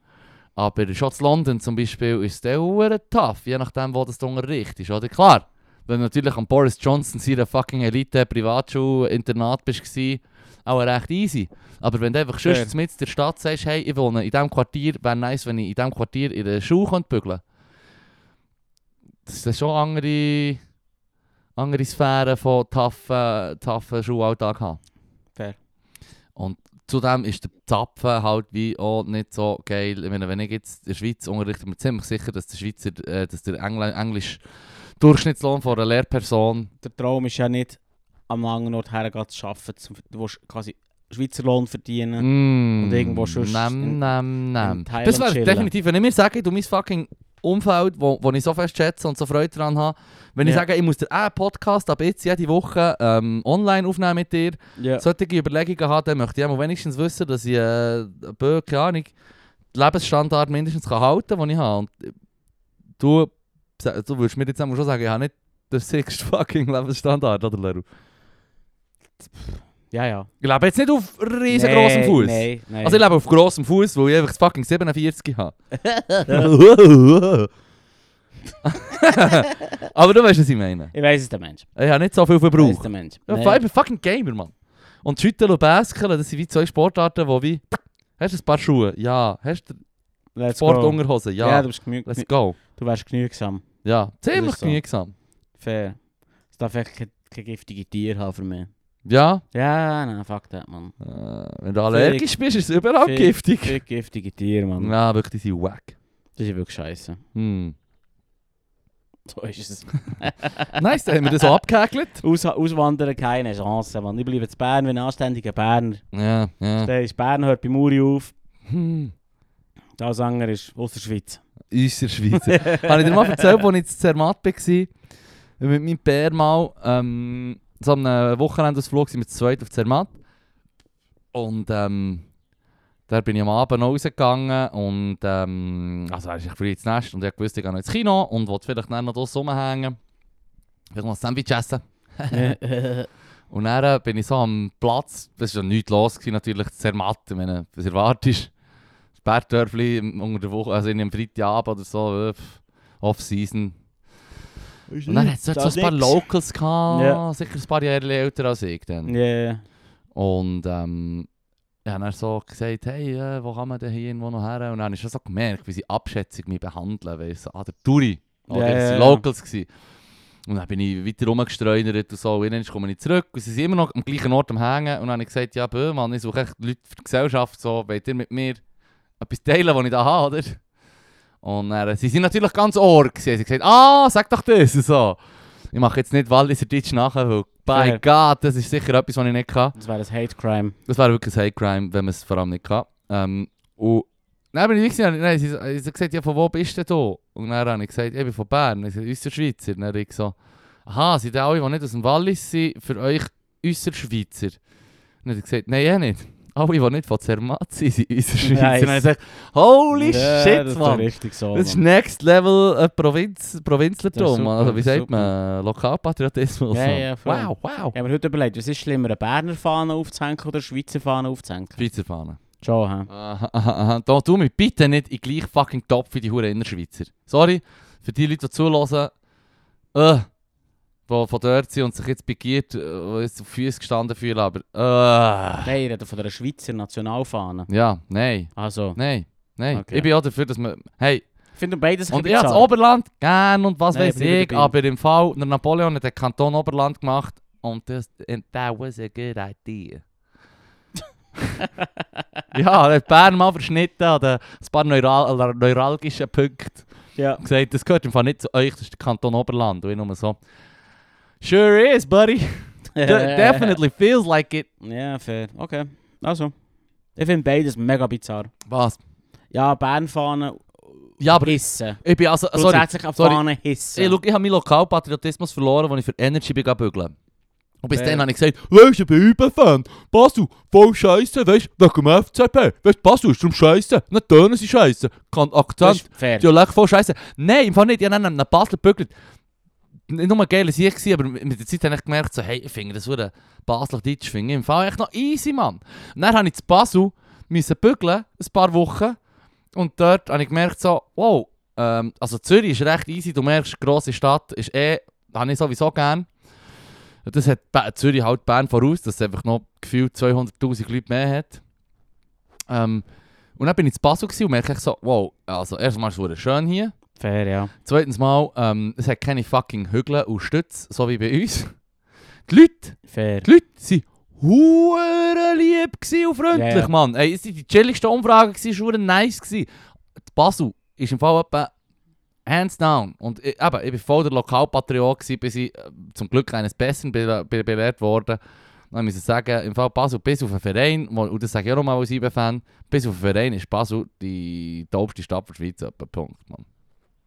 Speaker 2: aber schon zu London zum Beispiel ist es dann verdammt tough, je nachdem, wo das du unterrichtest, oder? Klar, wenn du natürlich an Boris Johnson seiner fucking Elite Privatschule Internat bist, gsi, auch recht easy. Aber wenn du einfach
Speaker 1: Fair.
Speaker 2: sonst mit der Stadt sagst, hey, ich wohne in diesem Quartier, wäre nice, wenn ich in diesem Quartier in der Schule könnte bügeln. Das ist dann schon andere, andere Sphären von taffen, taffen Schulalltag haben.
Speaker 1: Fair.
Speaker 2: Und zudem ist der Zapfen halt wie auch nicht so geil. Ich meine, wenn ich jetzt in der Schweiz unterrichte, bin ich ziemlich sicher, dass der Schweizer, äh, dass der Engl Englisch Durchschnittslohn von einer Lehrperson
Speaker 1: Der Traum ist ja nicht, am langen Ort hergehen zu arbeiten. Zum, du willst quasi Schweizer Lohn verdienen.
Speaker 2: Mm. Und
Speaker 1: irgendwo sonst in-
Speaker 2: Nem, nem, nem.
Speaker 1: in Thailand
Speaker 2: Das wäre
Speaker 1: chillen.
Speaker 2: definitiv, wenn ich mir sage, du mein fucking Umfeld, wo, wo ich so fest schätze und so Freude dran habe, wenn ich
Speaker 1: Ja.
Speaker 2: sage, ich muss dir einen Podcast ab jetzt jede Woche ähm, online aufnehmen mit dir,
Speaker 1: Ja.
Speaker 2: solche Überlegungen haben, dann möchte ich mal wenigstens wissen, dass ich, äh, bö, keine Ahnung, den Lebensstandard mindestens kann halten kann, den ich habe. Und äh, du, sa- du würdest mir jetzt einmal schon sagen, ich habe nicht den sechsten fucking Lebensstandard, oder Leru?
Speaker 1: ja, ja.
Speaker 2: Ich lebe jetzt nicht auf riesengroßem
Speaker 1: Nein,
Speaker 2: Fuß.
Speaker 1: Nein, nein.
Speaker 2: Also ich lebe auf grossem Fuß, weil ich einfach das fucking 47 habe. Aber du weißt, was ich meine.
Speaker 1: ich weiss es, der Mensch.
Speaker 2: Ich habe nicht so viel
Speaker 1: Ich weiss es,
Speaker 2: verbraucht.
Speaker 1: der Mensch.
Speaker 2: Ja,
Speaker 1: Nein.
Speaker 2: vor allem, ich bin fucking Gamer, Mann. Und Schütteln und Baskeln, das sind wie zwei Sportarten, wo wie... Hast du ein paar Schuhe? Ja. Hast du
Speaker 1: Let's go.
Speaker 2: Sportunterhosen?
Speaker 1: Ja.
Speaker 2: Ja.
Speaker 1: du bist genüg
Speaker 2: Let's go.
Speaker 1: Du wärst genügsam.
Speaker 2: Ja. Ziemlich
Speaker 1: so.
Speaker 2: genügsam.
Speaker 1: Fair. Es darf echt keine, keine giftige Tiere haben für mich.
Speaker 2: Ja.
Speaker 1: Ja, nein, fuck that, man.
Speaker 2: Äh, wenn du allergisch bist, ist es überall
Speaker 1: Fick.
Speaker 2: giftig.
Speaker 1: Viele giftige Tiere, man.
Speaker 2: Ja, wirklich, die sind wack.
Speaker 1: Das ist ja wirklich scheiße.
Speaker 2: Hm.
Speaker 1: So ist es.
Speaker 2: Nice, dann haben wir das so abgehäkelt.
Speaker 1: Aus Auswandern keine Chance, man. Ich bleibe in Bern, wenn anständiger Berner.
Speaker 2: Ja, ja.
Speaker 1: Der ist Bern, hört bei Muri auf.
Speaker 2: Hm.
Speaker 1: Das andere ist aus der Schweiz.
Speaker 2: Unser Schweizer. Habe ich dir mal erzählt, als ich in Zermatt war, mit meinem Bär mal ähm, so am Wochenendausflug sind wir zu zweit auf Zermatt. Und ähm, da bin ich am Abend noch rausgegangen und ähm, also ich früh ins Nest und ich wusste, ich gehe noch ins Kino und wollte vielleicht dann noch draussen rumhängen. Vielleicht noch ein Sandwich essen. Und dann äh, bin ich so am Platz, es war ja nichts los, gewesen, natürlich Zermatt, ich meine, was erwartest du? Bergdörfli im- unter der Woche, also in einem Freitagabend oder so, äh, pff, Off-Season. Und dann hat es dort so ein paar Locals gehabt,
Speaker 1: Ja.
Speaker 2: sicher ein paar Jahre älter als ich dann.
Speaker 1: Ja,
Speaker 2: Und ähm, ich habe dann so gesagt, hey, äh, wo kann man denn hier irgendwo noch her? Und dann habe ich schon so gemerkt, wie sie abschätzig mich behandeln. Weißt du, so, ah, der Turi. Oder
Speaker 1: Ja,
Speaker 2: yeah,
Speaker 1: ja,
Speaker 2: yeah,
Speaker 1: ja.
Speaker 2: Locals gsi. Und dann bin ich weiter rumgestreunert und so. Und dann komme ich zurück. Und sie sind immer noch am gleichen Ort am Hängen. Und dann habe ich gesagt, ja, bö, Mann, ich suche echt Leute für die Gesellschaft. So, wollt ihr mit mir etwas teilen, was ich da habe, oder? Und dann, äh, sie sind natürlich ganz ohr gewesen. Sie haben gesagt, ah, sag doch das. Und so. Ich mache jetzt nicht Walliser Deutsch nachher, weil, by
Speaker 1: Fair.
Speaker 2: God, das ist sicher etwas, was ich nicht kann.
Speaker 1: Das wäre ein Hate Crime.
Speaker 2: Das wäre wirklich ein Hate Crime, wenn man es vor allem nicht kann. Ähm, und dann bin ich wirklich, nein, sie, sie hat gesagt, ja, von wo bist du denn da? Und dann habe ich gesagt, ich bin von Bern. Ich sage, Schweizer Schweizer. Dann habe ich so, aha, sind alle, die nicht aus dem Wallis sind, für euch äußer Schweizer? Dann hat er gesagt, nein, eh nicht. Alle, die nicht von Zermatt sind, sind äußer Schweizer.
Speaker 1: Nice.
Speaker 2: Dann habe ich gesagt, holy
Speaker 1: Ja, das
Speaker 2: shit,
Speaker 1: ist
Speaker 2: Mann.
Speaker 1: richtig so.
Speaker 2: Das ist
Speaker 1: Mann.
Speaker 2: Next Level äh, Provinz,
Speaker 1: Das ist
Speaker 2: Provinzlertum,
Speaker 1: super,
Speaker 2: Mann. Also, wie
Speaker 1: das ist
Speaker 2: sagt man? Lokalpatriotismus.
Speaker 1: Ja,
Speaker 2: Mann.
Speaker 1: ja, voll.
Speaker 2: wow, wow.
Speaker 1: Ja, aber heute überlegt, was ist schlimmer, eine Berner Fahne aufzuhängen oder eine Schweizer Fahne aufzuhängen?
Speaker 2: Schweizer Fahne.
Speaker 1: Schon, hä?
Speaker 2: Aha, aha, aha. Da tu mich bitte nicht in gleich fucking Topf wie die Hure Innerschweizer. Sorry, für die Leute, die zuhören, äh, die von dort sind und sich jetzt begiert, äh, die jetzt auf Füße gestanden fühlen, aber äh.
Speaker 1: Nein, ich rede von der Schweizer Nationalfahne.
Speaker 2: Ja, nein,
Speaker 1: Also,
Speaker 2: nein, nein.
Speaker 1: Okay.
Speaker 2: Ich bin auch dafür, dass man. Hey,
Speaker 1: ich finde beides
Speaker 2: und ich
Speaker 1: bisschen
Speaker 2: habe das
Speaker 1: bizarr.
Speaker 2: Oberland gern und was
Speaker 1: Nein,
Speaker 2: weiß
Speaker 1: bin ich
Speaker 2: ich,
Speaker 1: dabei.
Speaker 2: aber im Fall der Napoleon hat den Kanton Oberland gemacht und das and that was a good idea. ja, er hat Bern mal verschnitten an den- ein paar neural neuralgischen Punkten
Speaker 1: Ja.
Speaker 2: und gesagt, das gehört im Fall nicht zu euch, das ist der Kanton Oberland. Und ich nur so, sure is, buddy. De definitely feels like it.
Speaker 1: Ja, fair. nou Okay. Also, ich finde beides mega bizarr.
Speaker 2: Was?
Speaker 1: Ja, Bernfahne
Speaker 2: Ja, aber
Speaker 1: hissen.
Speaker 2: ich bin also, sorry,
Speaker 1: Grundsätzlich auf
Speaker 2: sorry.
Speaker 1: Fahnen hissen.
Speaker 2: Ich, schau, ich habe meinen Lokalpatriotismus verloren, als ich für Energy bin gegangen bügeln. Und bis
Speaker 1: Ja.
Speaker 2: dann habe ich gesagt, weisst du, ich bin UB-Fan. Basel, voll scheisse, weisst du, wegen dem FCP. Weisst du, Basel ist drum scheisse. Nicht Töne sind scheisse. Kein
Speaker 1: das
Speaker 2: Akzent,
Speaker 1: ist Dus fair.
Speaker 2: Dialekt voll scheisse. Nein, im Fall nicht. Ich habe dann nach Basel gebügelt. Nicht nur geil, als ich war, aber mit der Zeit habe ich gemerkt, so, hey, ich finde das wurde Basler Deutsch, finde ich im Fall echt noch easy, Mann. Und dann habe ich zu Basel müssen bügeln, ein paar Wochen. Und dort habe ich gemerkt, so, wow, ähm, also Zürich ist recht easy, du merkst, grosse Stadt ist eh, habe ich sowieso gern. Das hat Ba- Zürich halt Bern voraus, dass es einfach noch gefühlt 200'000 Leute mehr hat. Ähm, und dann bin ich zu Basel gewesen und merke ich so, wow, also erstmal ist es schön hier.
Speaker 1: Fair, ja.
Speaker 2: Zweitens mal, ähm, es hat keine fucking Hügel und Stütze, so wie bei uns. Die Leute,
Speaker 1: Fair.
Speaker 2: die Leute waren hure lieb gewesen und freundlich,
Speaker 1: Ja, ja.
Speaker 2: Mann. Ey, es waren die chilligsten Umfragen, gewesen, es war hure nice. Gewesen. Die Basel ist im Fall etwa hands down. Und ich, eben, ich war voll der Lokalpatriot, gewesen, bis ich äh, zum Glück eines Besseren be be belehrt wurde. Dann muss ich sagen, im Fall Basel, bis auf einen Verein, wo, und das sage ich auch nochmal als IB-Fan, bis auf einen Verein ist Basel die doofste Stadt der Schweiz. Etwa, Punkt, Mann.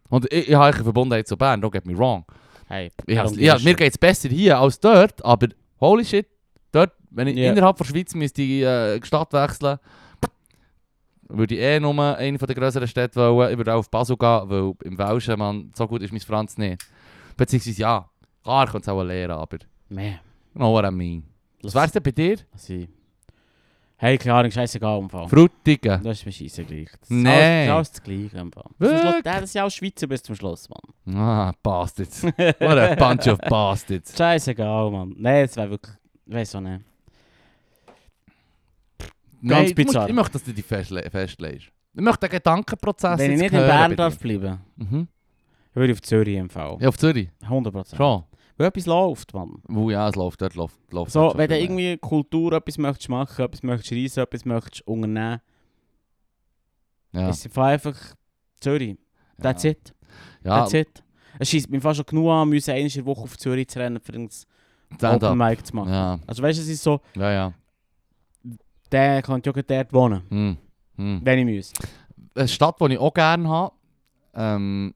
Speaker 2: Und ich, ich habe eine Verbundenheit zu Bern, don't get me wrong.
Speaker 1: Hey,
Speaker 2: Ich has,
Speaker 1: darum
Speaker 2: ja,
Speaker 1: geht's.
Speaker 2: mir geht es besser hier als dort, aber holy shit, dort, wenn ich
Speaker 1: Ja.
Speaker 2: innerhalb der Schweiz müsste ich, äh, die Stadt wechseln, würde ich eh nur eine der größeren Städte wollen. Ich würde auch auf Basel gehen, weil im Welschen, man, so gut ist mein Franz nicht. Beziehungsweise ja, klar könnte es auch lernen, aber you
Speaker 1: Man,
Speaker 2: know what I mean. Was
Speaker 1: das-
Speaker 2: wär's denn bei dir?
Speaker 1: Also, hey, klar, ich scheißegal im Fall.
Speaker 2: Frutigen.
Speaker 1: Das ist mir scheissegleich. Das ist
Speaker 2: Nee.
Speaker 1: alles- Das ist alles das Gleiche im Fall. Zum
Speaker 2: Wirklich?
Speaker 1: Schluss- Das ist ja auch Schweizer bis zum Schluss, Mann.
Speaker 2: Ah, Bastards. What a bunch of Bastards.
Speaker 1: Scheißegal, Mann. Nein, das wäre wirklich... Weiss auch nicht.
Speaker 2: Nein, ich
Speaker 1: bizarr.
Speaker 2: möchte- Ich möchte, dass du dich festle festlegst. Ich möchte den Gedankenprozess
Speaker 1: Wenn ich
Speaker 2: jetzt
Speaker 1: nicht in
Speaker 2: hören
Speaker 1: Bern
Speaker 2: bei
Speaker 1: darf
Speaker 2: dir.
Speaker 1: bleiben,
Speaker 2: Mhm.
Speaker 1: würde ich auf Zürich im Fall.
Speaker 2: Ja, auf Zürich.
Speaker 1: 100%.
Speaker 2: Schon.
Speaker 1: Weil etwas läuft, Mann.
Speaker 2: Wo ja, es läuft, dort läuft, läuft
Speaker 1: So,
Speaker 2: dort schon
Speaker 1: wenn du
Speaker 2: viel mehr.
Speaker 1: irgendwie Kultur etwas möchtest machen, etwas möchtest reisen, etwas möchtest unternehmen,
Speaker 2: Ja.
Speaker 1: ist es einfach Zürich. That's it.
Speaker 2: Ja,
Speaker 1: That's it. Es scheisst mir fast schon genug an, müssen einmal in der Woche auf Zürich zu rennen, für ein
Speaker 2: stand
Speaker 1: Open
Speaker 2: up.
Speaker 1: Mic zu machen.
Speaker 2: Ja,
Speaker 1: Also weißt du, es ist so,
Speaker 2: ja, ja.
Speaker 1: der könnte ja gerade dort wohnen,
Speaker 2: Hm. Hm.
Speaker 1: wenn ich müsste.
Speaker 2: Eine Stadt, die ich auch gerne habe, ähm,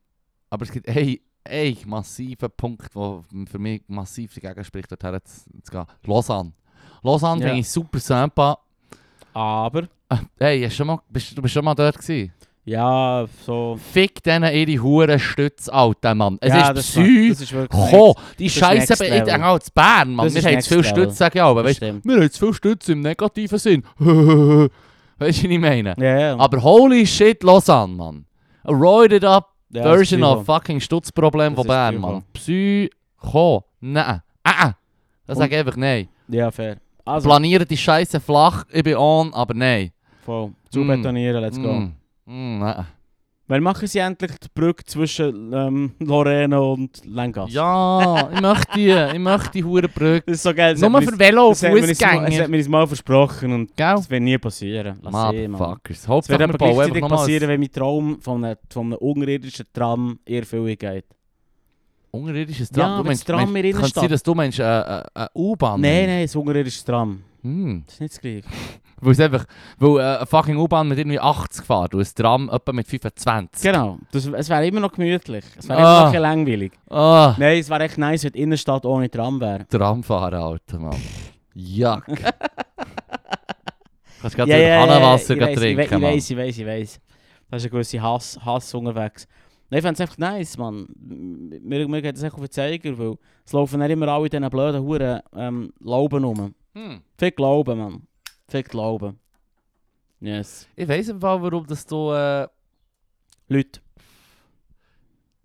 Speaker 2: aber es gibt einen, einen massiven Punkt, der für mich massiv dagegen spricht, dorthin zu, zu gehen. Lausanne. Lausanne
Speaker 1: Ja.
Speaker 2: finde ich super sympa.
Speaker 1: Aber,
Speaker 2: Hey, hast du schon mal, bist, du bist schon mal dort gewesen?
Speaker 1: ja, so...
Speaker 2: Fick denen ihre Huren Stütze, alter Mann. Es
Speaker 1: ja,
Speaker 2: ist
Speaker 1: war-
Speaker 2: psych.
Speaker 1: das ist wirklich...
Speaker 2: Komm, die
Speaker 1: ist
Speaker 2: Scheiße,
Speaker 1: next
Speaker 2: ich denke
Speaker 1: level.
Speaker 2: auch zu Bern, Mann.
Speaker 1: Das
Speaker 2: Wir
Speaker 1: ist
Speaker 2: haben jetzt viel
Speaker 1: next level.
Speaker 2: Stütze, sage ich auch, aber
Speaker 1: Das
Speaker 2: weißt
Speaker 1: stimmt.
Speaker 2: Wir haben jetzt viel Stütze im negativen Sinn. weißt du, was ich meine?
Speaker 1: Ja, ja.
Speaker 2: Aber holy shit, Lausanne, Mann. A roided up
Speaker 1: ja, das
Speaker 2: version
Speaker 1: ist
Speaker 2: of fucking Stutzproblem
Speaker 1: Das
Speaker 2: von
Speaker 1: ist
Speaker 2: Bern,
Speaker 1: Psycho.
Speaker 2: Mann. Psycho. Nein. Ah, ah. Das
Speaker 1: Und-
Speaker 2: sage ich einfach nein.
Speaker 1: Ja, fair. Also,
Speaker 2: Planieren die Scheiße flach, ich bin on, aber nein.
Speaker 1: voll. Zubetonieren, let's go.
Speaker 2: Mm. Mm, nein.
Speaker 1: Wann machen sie endlich die Brücke zwischen ähm, Loreno und Langas?
Speaker 2: Ja, ich möchte die, ich möchte die Hurenbrücke.
Speaker 1: Das ist so geil. das hat
Speaker 2: Nur
Speaker 1: mir-
Speaker 2: für Velo und
Speaker 1: das hat mir das mal- Das hat
Speaker 2: Fußgänger.
Speaker 1: mir das mal versprochen und
Speaker 2: Gell?
Speaker 1: das wird nie passieren. Lass sehen, Mann.
Speaker 2: Motherfuckers.
Speaker 1: Es wird
Speaker 2: Hauptsache, wir
Speaker 1: aber
Speaker 2: bauen einfach
Speaker 1: gleichzeitig
Speaker 2: nochmal
Speaker 1: passieren,
Speaker 2: ein
Speaker 1: wenn mein Traum von einem, von einem unterirdischen Tram in Erfüllung geht.
Speaker 2: unterirdisches
Speaker 1: Ja,
Speaker 2: Tram.
Speaker 1: wenn's
Speaker 2: du meinst,
Speaker 1: Tram in der
Speaker 2: meinst, könnte
Speaker 1: Innenstadt-
Speaker 2: sein, dass du meinst, äh, äh, eine U-Bahn?
Speaker 1: Nein, nein, ein unterirdisches Tram.
Speaker 2: Hm.
Speaker 1: Das ist nicht das Gleiche.
Speaker 2: Weil es einfach, weil äh, eine fucking U-Bahn mit irgendwie 80 fährt und ein Tram etwa mit 25.
Speaker 1: Genau. Das, es wäre immer noch gemütlich. Es wäre
Speaker 2: Ah.
Speaker 1: immer noch ein langweilig.
Speaker 2: Ah,
Speaker 1: Nein, es wäre echt nice, wenn die Innenstadt ohne Tram wäre.
Speaker 2: Tram fahren, Alter, Mann. Jack. Kannst gerade
Speaker 1: Ja,
Speaker 2: wieder
Speaker 1: ja, ja,
Speaker 2: Hanenwasser
Speaker 1: ich
Speaker 2: gehen
Speaker 1: weiss, Ich weiß,
Speaker 2: trinken, Mann.
Speaker 1: ich weiß, ich weiß. Das ist ein gewisser Hass, Hass unterwegs. Nein, ich fände es einfach nice, Mann. M- Mir, mir geht es echt auf den Zeiger, weil es laufen dann immer alle in diesen blöden Huren ähm, Lauben rum.
Speaker 2: Hm.
Speaker 1: Fick Lauben, Mann. Fick Lauben. Yes.
Speaker 2: Ich weiss im Fall, warum dass du... Äh,
Speaker 1: Leute.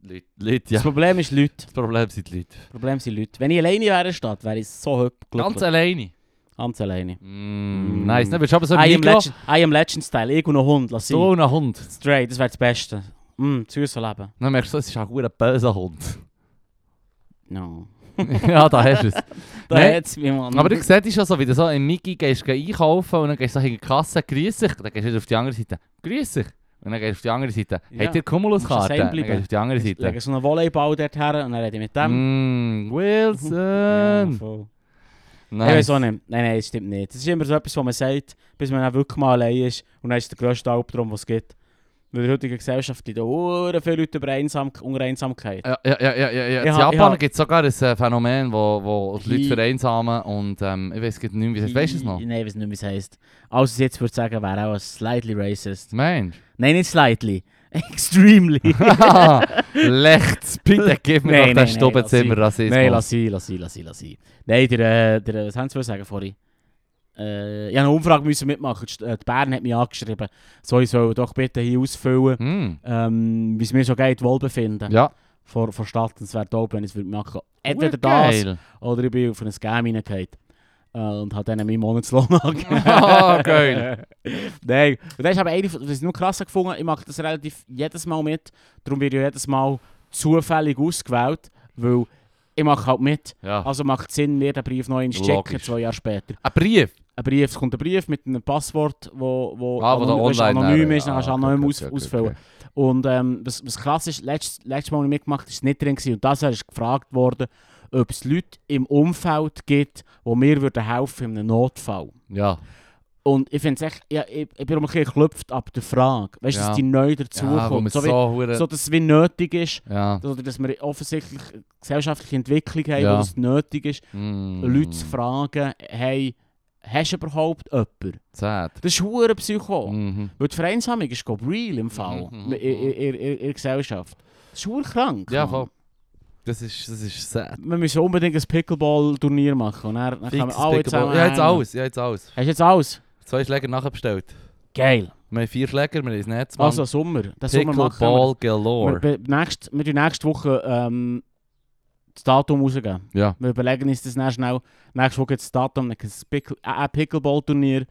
Speaker 2: Leute, Leute, ja.
Speaker 1: Das Problem ist Leute.
Speaker 2: Das Problem sind die Leute.
Speaker 1: Das Problem sind Leute. Wenn ich alleine wäre in der Stadt, wäre ich so hübsch.
Speaker 2: Ganz alleine.
Speaker 1: Ganz alleine.
Speaker 2: Mm,
Speaker 1: Mm.
Speaker 2: nice, dann wirst du aber so
Speaker 1: I am,
Speaker 2: Migros.
Speaker 1: Legend, I am Legend Style. Ich und ein Hund. Lass
Speaker 2: So
Speaker 1: so.
Speaker 2: ein Hund.
Speaker 1: Straight, das wäre das Beste. Mm, das süße Leben.
Speaker 2: Dann merkst du, es ist auch ein böser Hund.
Speaker 1: No.
Speaker 2: ja, da hast du es.
Speaker 1: Da
Speaker 2: Nee.
Speaker 1: hat's mich, Mann.
Speaker 2: Aber du siehst schon so, wie du so im Mickey gehst geh einkaufen und dann gehst du so in die Kasse, grüß dich. Dann gehst du wieder auf die andere Seite, grüß dich. Und dann gehst du auf die andere Seite,
Speaker 1: Ja.
Speaker 2: ja. habt ihr Cumulus-Karten?
Speaker 1: Musst du
Speaker 2: Dann
Speaker 1: sein bleiben.
Speaker 2: gehst du auf die andere
Speaker 1: Ich lege
Speaker 2: Seite.
Speaker 1: so einen Volleyball dort her und dann rede ich mit dem.
Speaker 2: Mm,
Speaker 1: Ja,
Speaker 2: Wilson!
Speaker 1: voll. Ich
Speaker 2: Nice.
Speaker 1: weiß auch nicht. Nein, nein, das stimmt nicht. Das ist immer so etwas, was man sagt, bis man dann wirklich mal allein ist. Und dann ist der grösste Albtraum, was es gibt. Weil in der heutigen Gesellschaft liegen hure viele Leute über Einsam unter Einsamkeit.
Speaker 2: Ja, ja, ja, ja, ja, ja. In
Speaker 1: Ich ha- ich
Speaker 2: Japan
Speaker 1: ha-
Speaker 2: gibt es sogar ein äh, Phänomen, wo, wo die Leute
Speaker 1: Hi-
Speaker 2: vereinsamen und ähm, ich weiß nicht mehr, wie es heißt. Weißt du es noch?
Speaker 1: Nein, ich weiß nicht, wie es heisst. Alles, was ich jetzt würde sagen, wäre auch slightly racist.
Speaker 2: Mensch.
Speaker 1: Nein, nicht slightly. Extremely.
Speaker 2: Lechts, bitte gib mir
Speaker 1: Nee,
Speaker 2: doch
Speaker 1: nee,
Speaker 2: den
Speaker 1: nee,
Speaker 2: Stubenzimmer Rassismus.
Speaker 1: Nein, lass sie, lass sie, lass sie, lass sie. Nein, der, äh, der, was haben sie wollen sagen vorhin? Äh, ich habe eine Umfrage müssen mitmachen. Die, St- äh, die Bern hat mich angeschrieben, so ich soll doch bitte hier ausfüllen,
Speaker 2: Hm.
Speaker 1: ähm, wie es mir so geht, wohlbefinden.
Speaker 2: Ja,
Speaker 1: Vor, vor Stadt, und es wäre top, wenn ich es würde machen Entweder das,
Speaker 2: geil.
Speaker 1: oder ich bin auf einen Scam reingefallen. Äh, und habe dann meinen Monatslohn angegeben.
Speaker 2: Ah, geil.
Speaker 1: Nein, und das ist aber eine, von- das ist nur krass gefunden, ich mache das relativ jedes Mal mit, darum werde ich jedes Mal zufällig ausgewählt, weil ich mache halt mit.
Speaker 2: Ja.
Speaker 1: Also macht es Sinn, mir den Brief noch einmal zu checken,
Speaker 2: Ah. Logisch.
Speaker 1: zwei Jahre später.
Speaker 2: Ein Brief.
Speaker 1: Ein Brief, es kommt ein Brief mit einem Passwort, wo, wo,
Speaker 2: Ah, wo der
Speaker 1: anony- das
Speaker 2: online
Speaker 1: anonym ist, dann kannst du
Speaker 2: Ah,
Speaker 1: anonym
Speaker 2: okay,
Speaker 1: aus,
Speaker 2: okay, okay,
Speaker 1: ausfüllen.
Speaker 2: okay.
Speaker 1: Und ähm, was, was krass ist, letzt, letztes Mal, als ich mitgemacht habe, war es nicht drin. Gewesen. Und das ist gefragt worden, ob es Leute im Umfeld gibt, die mir würden helfen in einem Notfall.
Speaker 2: Ja.
Speaker 1: Und ich finde es echt, ja, ich, ich bin auch ein bisschen geklüpft ab der Frage, weißt du,
Speaker 2: Ja.
Speaker 1: dass die neu
Speaker 2: Ja, wo
Speaker 1: dazukommt.
Speaker 2: man
Speaker 1: so,
Speaker 2: so
Speaker 1: wie-
Speaker 2: hure-
Speaker 1: so, dass es wie nötig ist,
Speaker 2: Ja.
Speaker 1: oder dass wir offensichtlich gesellschaftliche Entwicklung haben,
Speaker 2: Ja.
Speaker 1: wo es nötig ist.
Speaker 2: Mm.
Speaker 1: Leute zu fragen, hey, hast du überhaupt jemanden?
Speaker 2: Zäh.
Speaker 1: Das ist hure Psycho.
Speaker 2: Mhm.
Speaker 1: Weil die Vereinsamung ist glaub, real im Fall, in,
Speaker 2: Mhm.
Speaker 1: e- in, in, in, in der Gesellschaft. Das ist hure krank.
Speaker 2: Ja,
Speaker 1: Mann.
Speaker 2: voll. Das ist, das ist sad.
Speaker 1: Wir müssen unbedingt ein Pickleball-Turnier machen und dann, dann
Speaker 2: Fix,
Speaker 1: können wir
Speaker 2: das
Speaker 1: alle
Speaker 2: Pickleball.
Speaker 1: zusammen
Speaker 2: Ja, jetzt
Speaker 1: hängen.
Speaker 2: alles. Ja, jetzt alles.
Speaker 1: Hast du jetzt alles?
Speaker 2: Zwei Schläger nachher bestellt.
Speaker 1: Geil.
Speaker 2: Wir haben vier Schläger, wir haben das Netz. Mann.
Speaker 1: Also Sommer. Den Sommer machen wir.
Speaker 2: Pickleball galore.
Speaker 1: Wir, wir, nächst, wir tun nächste Woche ähm, das Datum rausgeben.
Speaker 2: Ja.
Speaker 1: Wir überlegen uns das dann schnell. Nächste nou- Woche gibt es das Datum, dann gibt es ein Pickle- ein Pickleball-Turnier.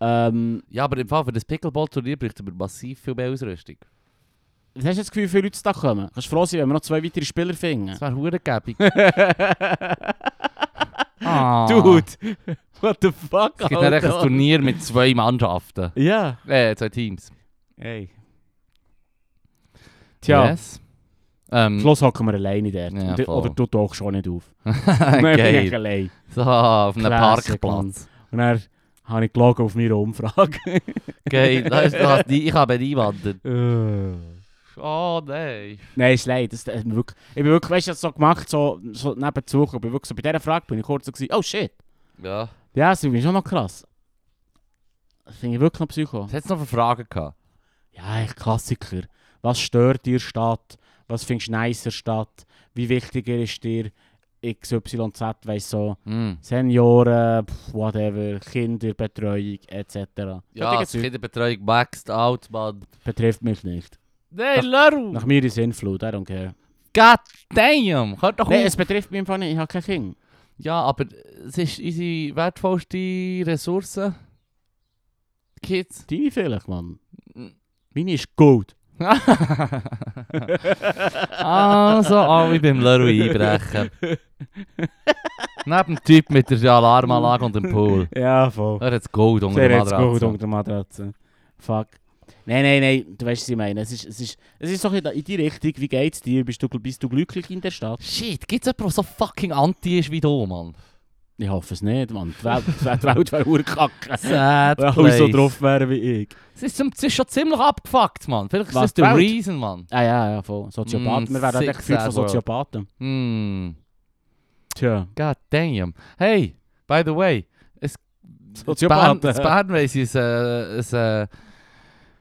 Speaker 1: Ähm,
Speaker 2: Ja, aber im Fall für das Pickleball-Turnier bräuchten wir massiv viel mehr Ausrüstung.
Speaker 1: Was hast du das Gefühl, wie viele Leute da kommen? Kannst du froh sein, wenn wir noch zwei weitere Spieler finden?
Speaker 2: Das wäre hure gäbig. Ah.
Speaker 1: Dude, what the fuck,
Speaker 2: Es gibt dann echt ein Turnier mit zwei Mannschaften.
Speaker 1: Ja.
Speaker 2: Äh, zwei Teams.
Speaker 1: Hey. Tja,
Speaker 2: Yes.
Speaker 1: am
Speaker 2: Ähm,
Speaker 1: Schluss hocken wir alleine dort.
Speaker 2: Ja,
Speaker 1: Und du-
Speaker 2: voll.
Speaker 1: Oder du tauchst schon nicht auf. Nein, bin ich
Speaker 2: geil.
Speaker 1: allein.
Speaker 2: So, auf einem
Speaker 1: Classic,
Speaker 2: Parkplatz.
Speaker 1: Und dann habe ich gelogen auf meine Umfrage.
Speaker 2: Geil. Da ist, da ist, nie- ich habe niemanden.
Speaker 1: Nein,
Speaker 2: Oh nein.
Speaker 1: ist leid. Das, das, ist mir wirklich, ich bin wirklich, weißt du, ich hab's so gemacht, so, so nebenzu. Ich bin wirklich so, bei dieser Frage bin ich kurz so, gewesen, oh shit.
Speaker 2: Ja.
Speaker 1: Ja, das ist schon noch krass. Das finde ich wirklich noch Psycho.
Speaker 2: Was hat es noch für Fragen gehabt?
Speaker 1: Ja, echt Klassiker. Was stört dir Stadt? Was findest du nicer Stadt? Wie wichtiger ist dir XYZ, weißt so,
Speaker 2: Hm.
Speaker 1: Senioren, pff, whatever, Kinderbetreuung etc.
Speaker 2: Ja,
Speaker 1: Solche
Speaker 2: das
Speaker 1: Zeug
Speaker 2: Kinderbetreuung maxed out, Mann.
Speaker 1: betrifft mich nicht.
Speaker 2: Nein, Leru!
Speaker 1: Nach mir ist Influt, I don't care.
Speaker 2: God damn! Hört doch
Speaker 1: Nein,
Speaker 2: auf!
Speaker 1: es betrifft mich einfach nicht, ich habe kein Kind.
Speaker 2: Ja, aber es ist unsere wertvollste Ressource. Kids.
Speaker 1: Deine vielleicht, Mann. Meine ist Gold.
Speaker 2: also, alle beim Leroy einbrechen. Neben dem Typ mit der Alarmanlage und dem Pool.
Speaker 1: Ja, voll.
Speaker 2: Er hat Gold Äh, unter
Speaker 1: Sehr
Speaker 2: der
Speaker 1: jetzt Gold
Speaker 2: Matratze.
Speaker 1: unter der Matratze. Fuck. Nein, nein, nein, du weißt, was ich meine. Es ist, es ist, es ist so ein bisschen in die Richtung, wie geht's dir? Bist du, bist du glücklich in der Stadt?
Speaker 2: Shit, gibt's jemanden, der so fucking anti ist wie du, Mann?
Speaker 1: Ich hoffe es nicht, Mann. Die Welt, die Welt- die Welt wäre urkacke.
Speaker 2: Sad
Speaker 1: Wenn alle
Speaker 2: place.
Speaker 1: so drauf wären wie ich.
Speaker 2: Es ist, zum- es ist schon ziemlich abgefuckt, Mann. Vielleicht ist
Speaker 1: Was,
Speaker 2: das der
Speaker 1: die Welt?
Speaker 2: Reason, Mann.
Speaker 1: Ah ja, ja, voll. Soziopathen.
Speaker 2: Mm,
Speaker 1: Wir wären
Speaker 2: sick
Speaker 1: echt gefühlt von
Speaker 2: sad world.
Speaker 1: Soziopathen.
Speaker 2: Hm,
Speaker 1: Tja.
Speaker 2: god damn. Hey, by the way, es...
Speaker 1: Soziopathen.
Speaker 2: Das Bernweiss ist äh, ist, äh,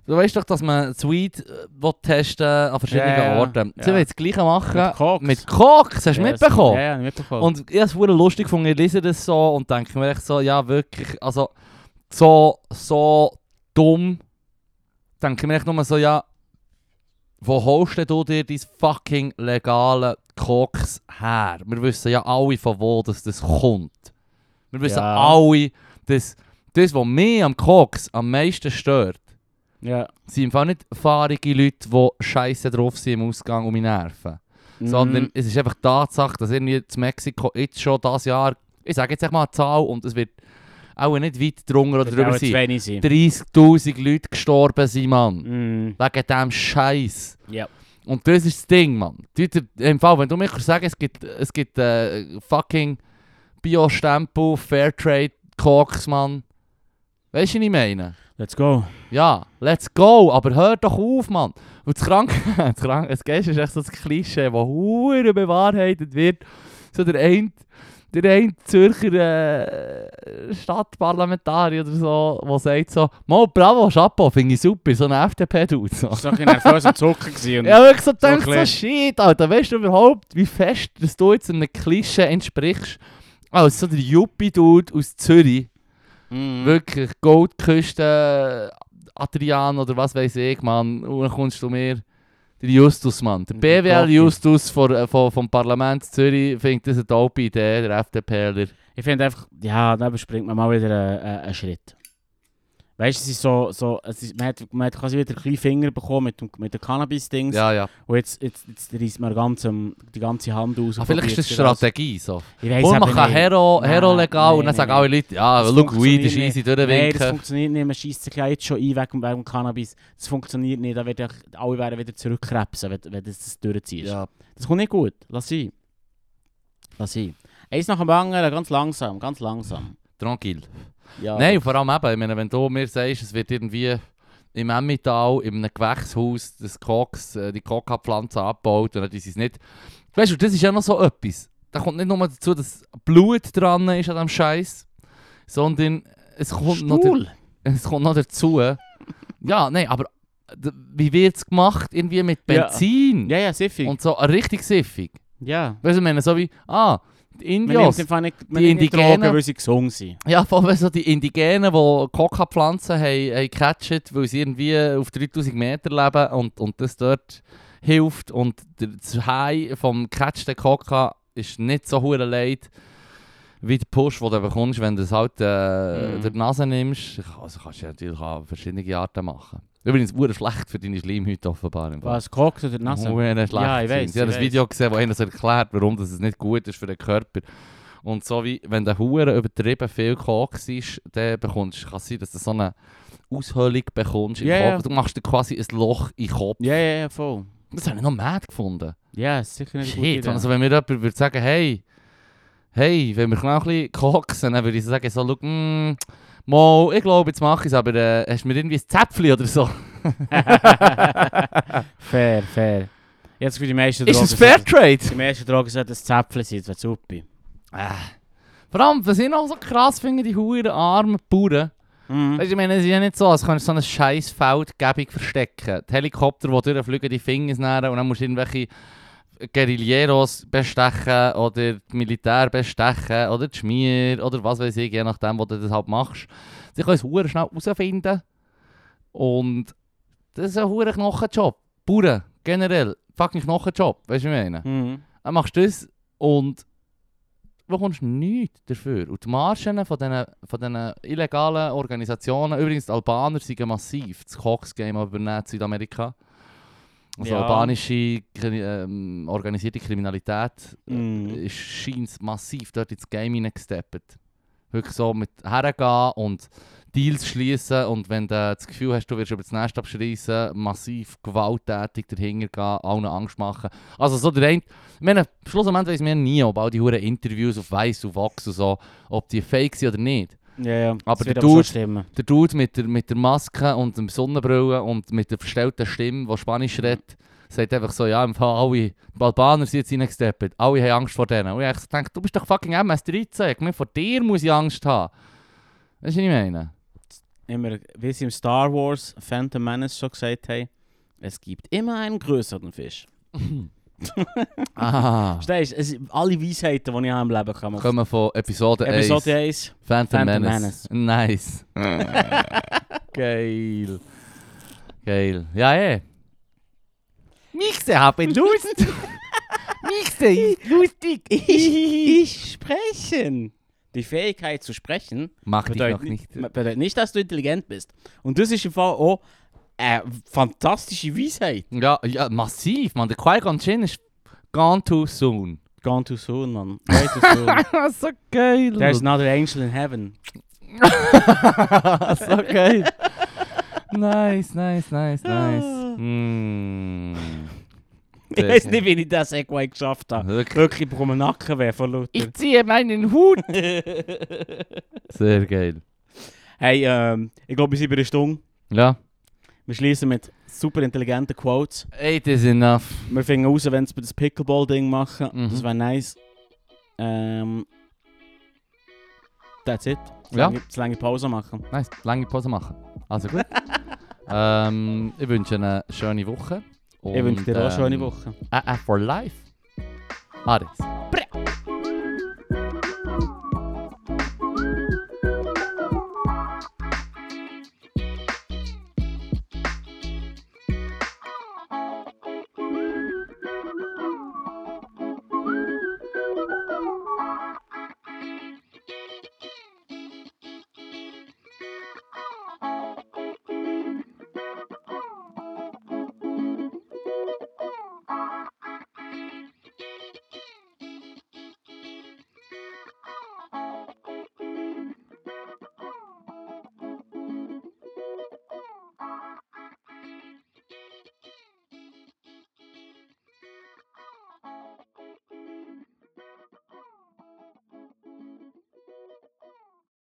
Speaker 2: Du weißt doch, dass man das Weed äh, will testen an verschiedenen
Speaker 1: Ja, ja,
Speaker 2: Orten. Sie
Speaker 1: ja.
Speaker 2: wollen das Gleiche machen
Speaker 1: Koks.
Speaker 2: mit Koks. Hast du
Speaker 1: Ja,
Speaker 2: mitbekommen?
Speaker 1: Ja, ja, mitbekommen.
Speaker 2: Und ich habe es verdammt lustig gefunden, ich lese das so und denke mir echt so, ja wirklich, also so, so dumm, denke mir echt nur so, ja, wo holst denn du dir dein fucking legale Koks her? Wir wissen ja alle, von wo das, das kommt. Wir wissen
Speaker 1: Ja.
Speaker 2: alle, dass das, was mich am Koks am meisten stört,
Speaker 1: ja.
Speaker 2: sind einfach nicht fahrige Leute, die scheiße drauf sind im Ausgang und mich nerven
Speaker 1: Mm. Mhm.
Speaker 2: sondern es ist einfach die Tatsache, dass irgendwie zu Mexiko jetzt schon das Jahr, ich sage jetzt echt mal eine Zahl und es wird auch nicht weit drunter oder drüber sein,
Speaker 1: wenig sein.
Speaker 2: 30'000 Leute gestorben sind, Mann.
Speaker 1: Mm,
Speaker 2: Wegen diesem Scheiß.
Speaker 1: ja.
Speaker 2: Und das ist das Ding, Mann. Tut ihr- Im Fall, wenn du mir kannst sagen es gibt, es gibt äh, fucking Bio-Stempel, Fairtrade, Koks, Mann. Weißt du, was ich meine?
Speaker 1: Let's go.
Speaker 2: Ja, let's go, aber hör doch auf, Mann. Und das Kranke, das Kranke, das Geist ist echt so das Klischee, das hure bewahrheitet wird. So der ein, der ein Zürcher äh, Stadtparlamentarier oder so, der sagt so, «Mo, bravo, Chapeau, finde ich super, so ein FDP-Dude.» so.
Speaker 1: Das war ein nervös am Zucken. gewesen
Speaker 2: Ja,
Speaker 1: Und
Speaker 2: wirklich so denkst so,
Speaker 1: klar.
Speaker 2: «Shit, Alter, weißt du überhaupt, wie fest dass du jetzt einem Klischee entsprichst?» Als so der Yuppie-Dude aus Zürich.
Speaker 1: Mm.
Speaker 2: Wirklich, Goldküste, Adrian oder was weiß ich, Mann. Und dann kommst du mir, der Justus, Mann. Der
Speaker 1: Der
Speaker 2: BWL
Speaker 1: Topi.
Speaker 2: Justus vor, äh, vor, vom Parlament Zürich findet das eine dope Idee, der FDPler.
Speaker 1: Ich finde einfach, ja, da überspringt man mal wieder äh, äh, einen Schritt. Weißt du, es ist so, so es ist, man, hat, man hat quasi wieder einen kleinen Finger bekommen mit, dem- mit den Cannabis-Dings.
Speaker 2: Ja, ja.
Speaker 1: Und jetzt, jetzt, jetzt reißt man ganz, ähm, die ganze Hand aus.
Speaker 2: Ah,
Speaker 1: und
Speaker 2: vielleicht ist
Speaker 1: probiert
Speaker 2: das
Speaker 1: sich
Speaker 2: Strategie so.
Speaker 1: aus. Ich weiss
Speaker 2: Hol man
Speaker 1: eben
Speaker 2: kann
Speaker 1: nicht.
Speaker 2: Hero, Hero
Speaker 1: Nein,
Speaker 2: legal und
Speaker 1: nein,
Speaker 2: dann sagen
Speaker 1: nein.
Speaker 2: alle Leute, ja,
Speaker 1: Das
Speaker 2: look, Weed ist
Speaker 1: funktioniert
Speaker 2: easy
Speaker 1: Nein, das
Speaker 2: durchwinken.
Speaker 1: funktioniert nicht. Man schießt sich gleich jetzt schon ein wegen, wegen Cannabis. Das funktioniert nicht. Da werden alle werden wieder zurückkrebsen, wenn, wenn das, das durchziehst.
Speaker 2: Ja,
Speaker 1: Das kommt nicht gut. Lass sein. Lass sein. Eins nach dem anderen, ganz langsam, ganz langsam.
Speaker 2: tranquil.
Speaker 1: Ja.
Speaker 2: Nein, und vor allem eben, ich meine, wenn du mir sagst, es wird irgendwie im Emmental, in einem Gewächshaus, das Koks, äh, die Coca-Pflanze abgebaut und dann ist es nicht... Weißt du, das ist ja noch so etwas. Da kommt nicht nur dazu, dass Blut dran ist an diesem Scheiß, sondern es kommt, noch, der,
Speaker 1: Stuhl.
Speaker 2: es kommt noch dazu... ja, nein, aber d- wie wird es gemacht? Irgendwie mit
Speaker 1: Ja.
Speaker 2: Benzin
Speaker 1: Ja, ja, siffig.
Speaker 2: und so, äh, richtig siffig.
Speaker 1: ja.
Speaker 2: Weißt du, ich meine, so wie... Ah, die
Speaker 1: Man nimmt
Speaker 2: Indios...
Speaker 1: einfach nicht, man
Speaker 2: Die
Speaker 1: nimmt nicht
Speaker 2: Indigenen-
Speaker 1: Drogen, weil sie gesund sind.
Speaker 2: Ja, vor allem so die Indigenen, die Coca-Pflanzen haben, haben gecatcht, weil sie irgendwie auf 3000 Meter leben und, und das dort hilft. Und der- das High vom gecatchten Coca ist nicht so hure leid wie der Push, den du bekommst, wenn du es halt äh,
Speaker 1: Mhm.
Speaker 2: durch die Nase nimmst. Also kannst du ja natürlich auch verschiedene Arten machen. Übrigens, wurde schlecht für deine Schleimhäute offenbar. im Fall.
Speaker 1: Was, Koks oder die Nase?
Speaker 2: Hure schlecht
Speaker 1: Ja, ich
Speaker 2: sind.
Speaker 1: weiss,
Speaker 2: Ich habe
Speaker 1: ich
Speaker 2: ein Video gesehen, wo einer so erklärt, warum das es nicht gut ist für den Körper. Und so wie, wenn der Hure übertrieben viel Koks ist, dann bekommst, kann es sein, dass du so eine Aushöhlung bekommst im
Speaker 1: Ja, ja.
Speaker 2: Kopf. Du machst dir quasi ein Loch im Kopf.
Speaker 1: Ja, ja, ja, voll.
Speaker 2: Das habe ich noch mad gefunden.
Speaker 1: Ja, ist sicher nicht eine gute
Speaker 2: Shit,
Speaker 1: Idee.
Speaker 2: also wenn mir jemand würde sagen, hey, hey, wenn wir genau ein bisschen koksen, dann würde ich so sagen, so, schau, mm, mal, ich glaube, jetzt mache ich es, aber äh, hast du mir irgendwie ein Zäpfchen oder so?
Speaker 1: fair, fair. Jetzt für die meisten
Speaker 2: Ist das
Speaker 1: Drogen sollten-
Speaker 2: Fairtrade?
Speaker 1: Die meisten Drogen sollten ein Zäpfchen sein, das wäre super.
Speaker 2: Äh. Vor allem, was ich noch so krass finde, die huren armen Bauern.
Speaker 1: Mhm.
Speaker 2: Weißt du, ich meine, es ist ja nicht so, als könntest du so ein scheiß Feldgebung verstecken. Die Helikopter, die durchfliegen, die Fingers nähren und dann musst du irgendwelche Guerilleros bestechen oder die Militär bestechen oder die Schmier oder was weiß ich, je nachdem, wo du das halt machst. Sie können es huren schnell herausfinden. Und das ist ein huren Knochenjob. Bauern, Äh, generell. Fucking Knochenjob, weißt du, was ich meine?
Speaker 1: Mhm.
Speaker 2: Dann machst du das und bekommst nichts dafür. Und die Margen von diesen, von diesen illegalen Organisationen, übrigens die Albaner sind massiv, das Cox-Game übernehmen in Südamerika. Also
Speaker 1: Ja.
Speaker 2: albanische Kri- ähm, organisierte Kriminalität
Speaker 1: Mhm.
Speaker 2: ist scheint äh, massiv dort ins Game hineingesteppt. Wirklich so mit hergehen und Deals schließen und wenn du das Gefühl hast, du wirst über das Nest abschreissen, massiv gewalttätig dahinter gehen, allen Angst machen. Also so der eine, ich meine, am Schluss weiss man nie, ob all die Huren Interviews auf Weiss und Vox und so, ob die fake sind oder nicht.
Speaker 1: Ja, ja.
Speaker 2: Aber
Speaker 1: das
Speaker 2: der
Speaker 1: wird schon
Speaker 2: Dude-
Speaker 1: stimmen.
Speaker 2: Der Dude mit der, mit der Maske und dem Sonnenbrille und mit der verstellten Stimme, die Spanisch
Speaker 1: Mhm.
Speaker 2: redet, sagt einfach so, ja, im Fall alle, die Albaner sind jetzt reingesteppt, alle haben Angst vor denen. Und ich hab gedacht, du bist doch fucking MS-13, ich meine, vor dir muss ich Angst haben. Weißt du, was ich meine?
Speaker 1: Immer, wie sie im Star Wars Phantom Menace schon gesagt haben, es gibt immer einen größeren Fisch.
Speaker 2: Ah,
Speaker 1: Verstehst du? Es- Alle Weisheiten, die ich habe im Leben kann. man-
Speaker 2: kommen von Episode 1,
Speaker 1: Episode 1.
Speaker 2: Phantom,
Speaker 1: Phantom
Speaker 2: Menace. Nice. Geil. Geil. Ja, eh. Mixe haben Lust. Mixe ist lustig.
Speaker 1: Ich, ich sprechen. Die Fähigkeit zu sprechen
Speaker 2: Mach dich
Speaker 1: bedeutet
Speaker 2: noch
Speaker 1: nicht, äh,
Speaker 2: nicht.
Speaker 1: bedeutet halt nicht, dass du intelligent bist. Und das ist im Fall auch eine fantastische Weisheit.
Speaker 2: Ja, ja, massiv, man. Der Qui-Gon Jinn ist gone too soon.
Speaker 1: Gone too soon, man. Way too soon.
Speaker 2: so geil.
Speaker 1: There's another angel in heaven.
Speaker 2: so geil. Nice, nice, nice, nice.
Speaker 1: Ah.
Speaker 2: Mm.
Speaker 1: Ich weiß nicht, wie ich das Segway geschafft habe.
Speaker 2: Wirklich.
Speaker 1: Wirklich, ich bekomme Nackenweh von Luther.
Speaker 2: Ich ziehe meinen Hut. Sehr geil.
Speaker 1: Hey, ähm, ich glaube, wir sind bei einer Stunde.
Speaker 2: Ja.
Speaker 1: Wir schließen mit super intelligenten Quotes.
Speaker 2: Eight is enough.
Speaker 1: Wir finden raus, wenn sie das Pickleball-Ding machen.
Speaker 2: Mhm.
Speaker 1: Das wäre nice. Ähm, that's it.
Speaker 2: Ja.
Speaker 1: Lange, zu lange Pause machen.
Speaker 2: Nice. Lange Pause machen. Also gut. ähm, ich wünsche eine schöne Woche.
Speaker 1: ich wünsche dir auch
Speaker 2: Und,
Speaker 1: eine schöne
Speaker 2: ähm,
Speaker 1: Woche.
Speaker 2: AA for life. Ades.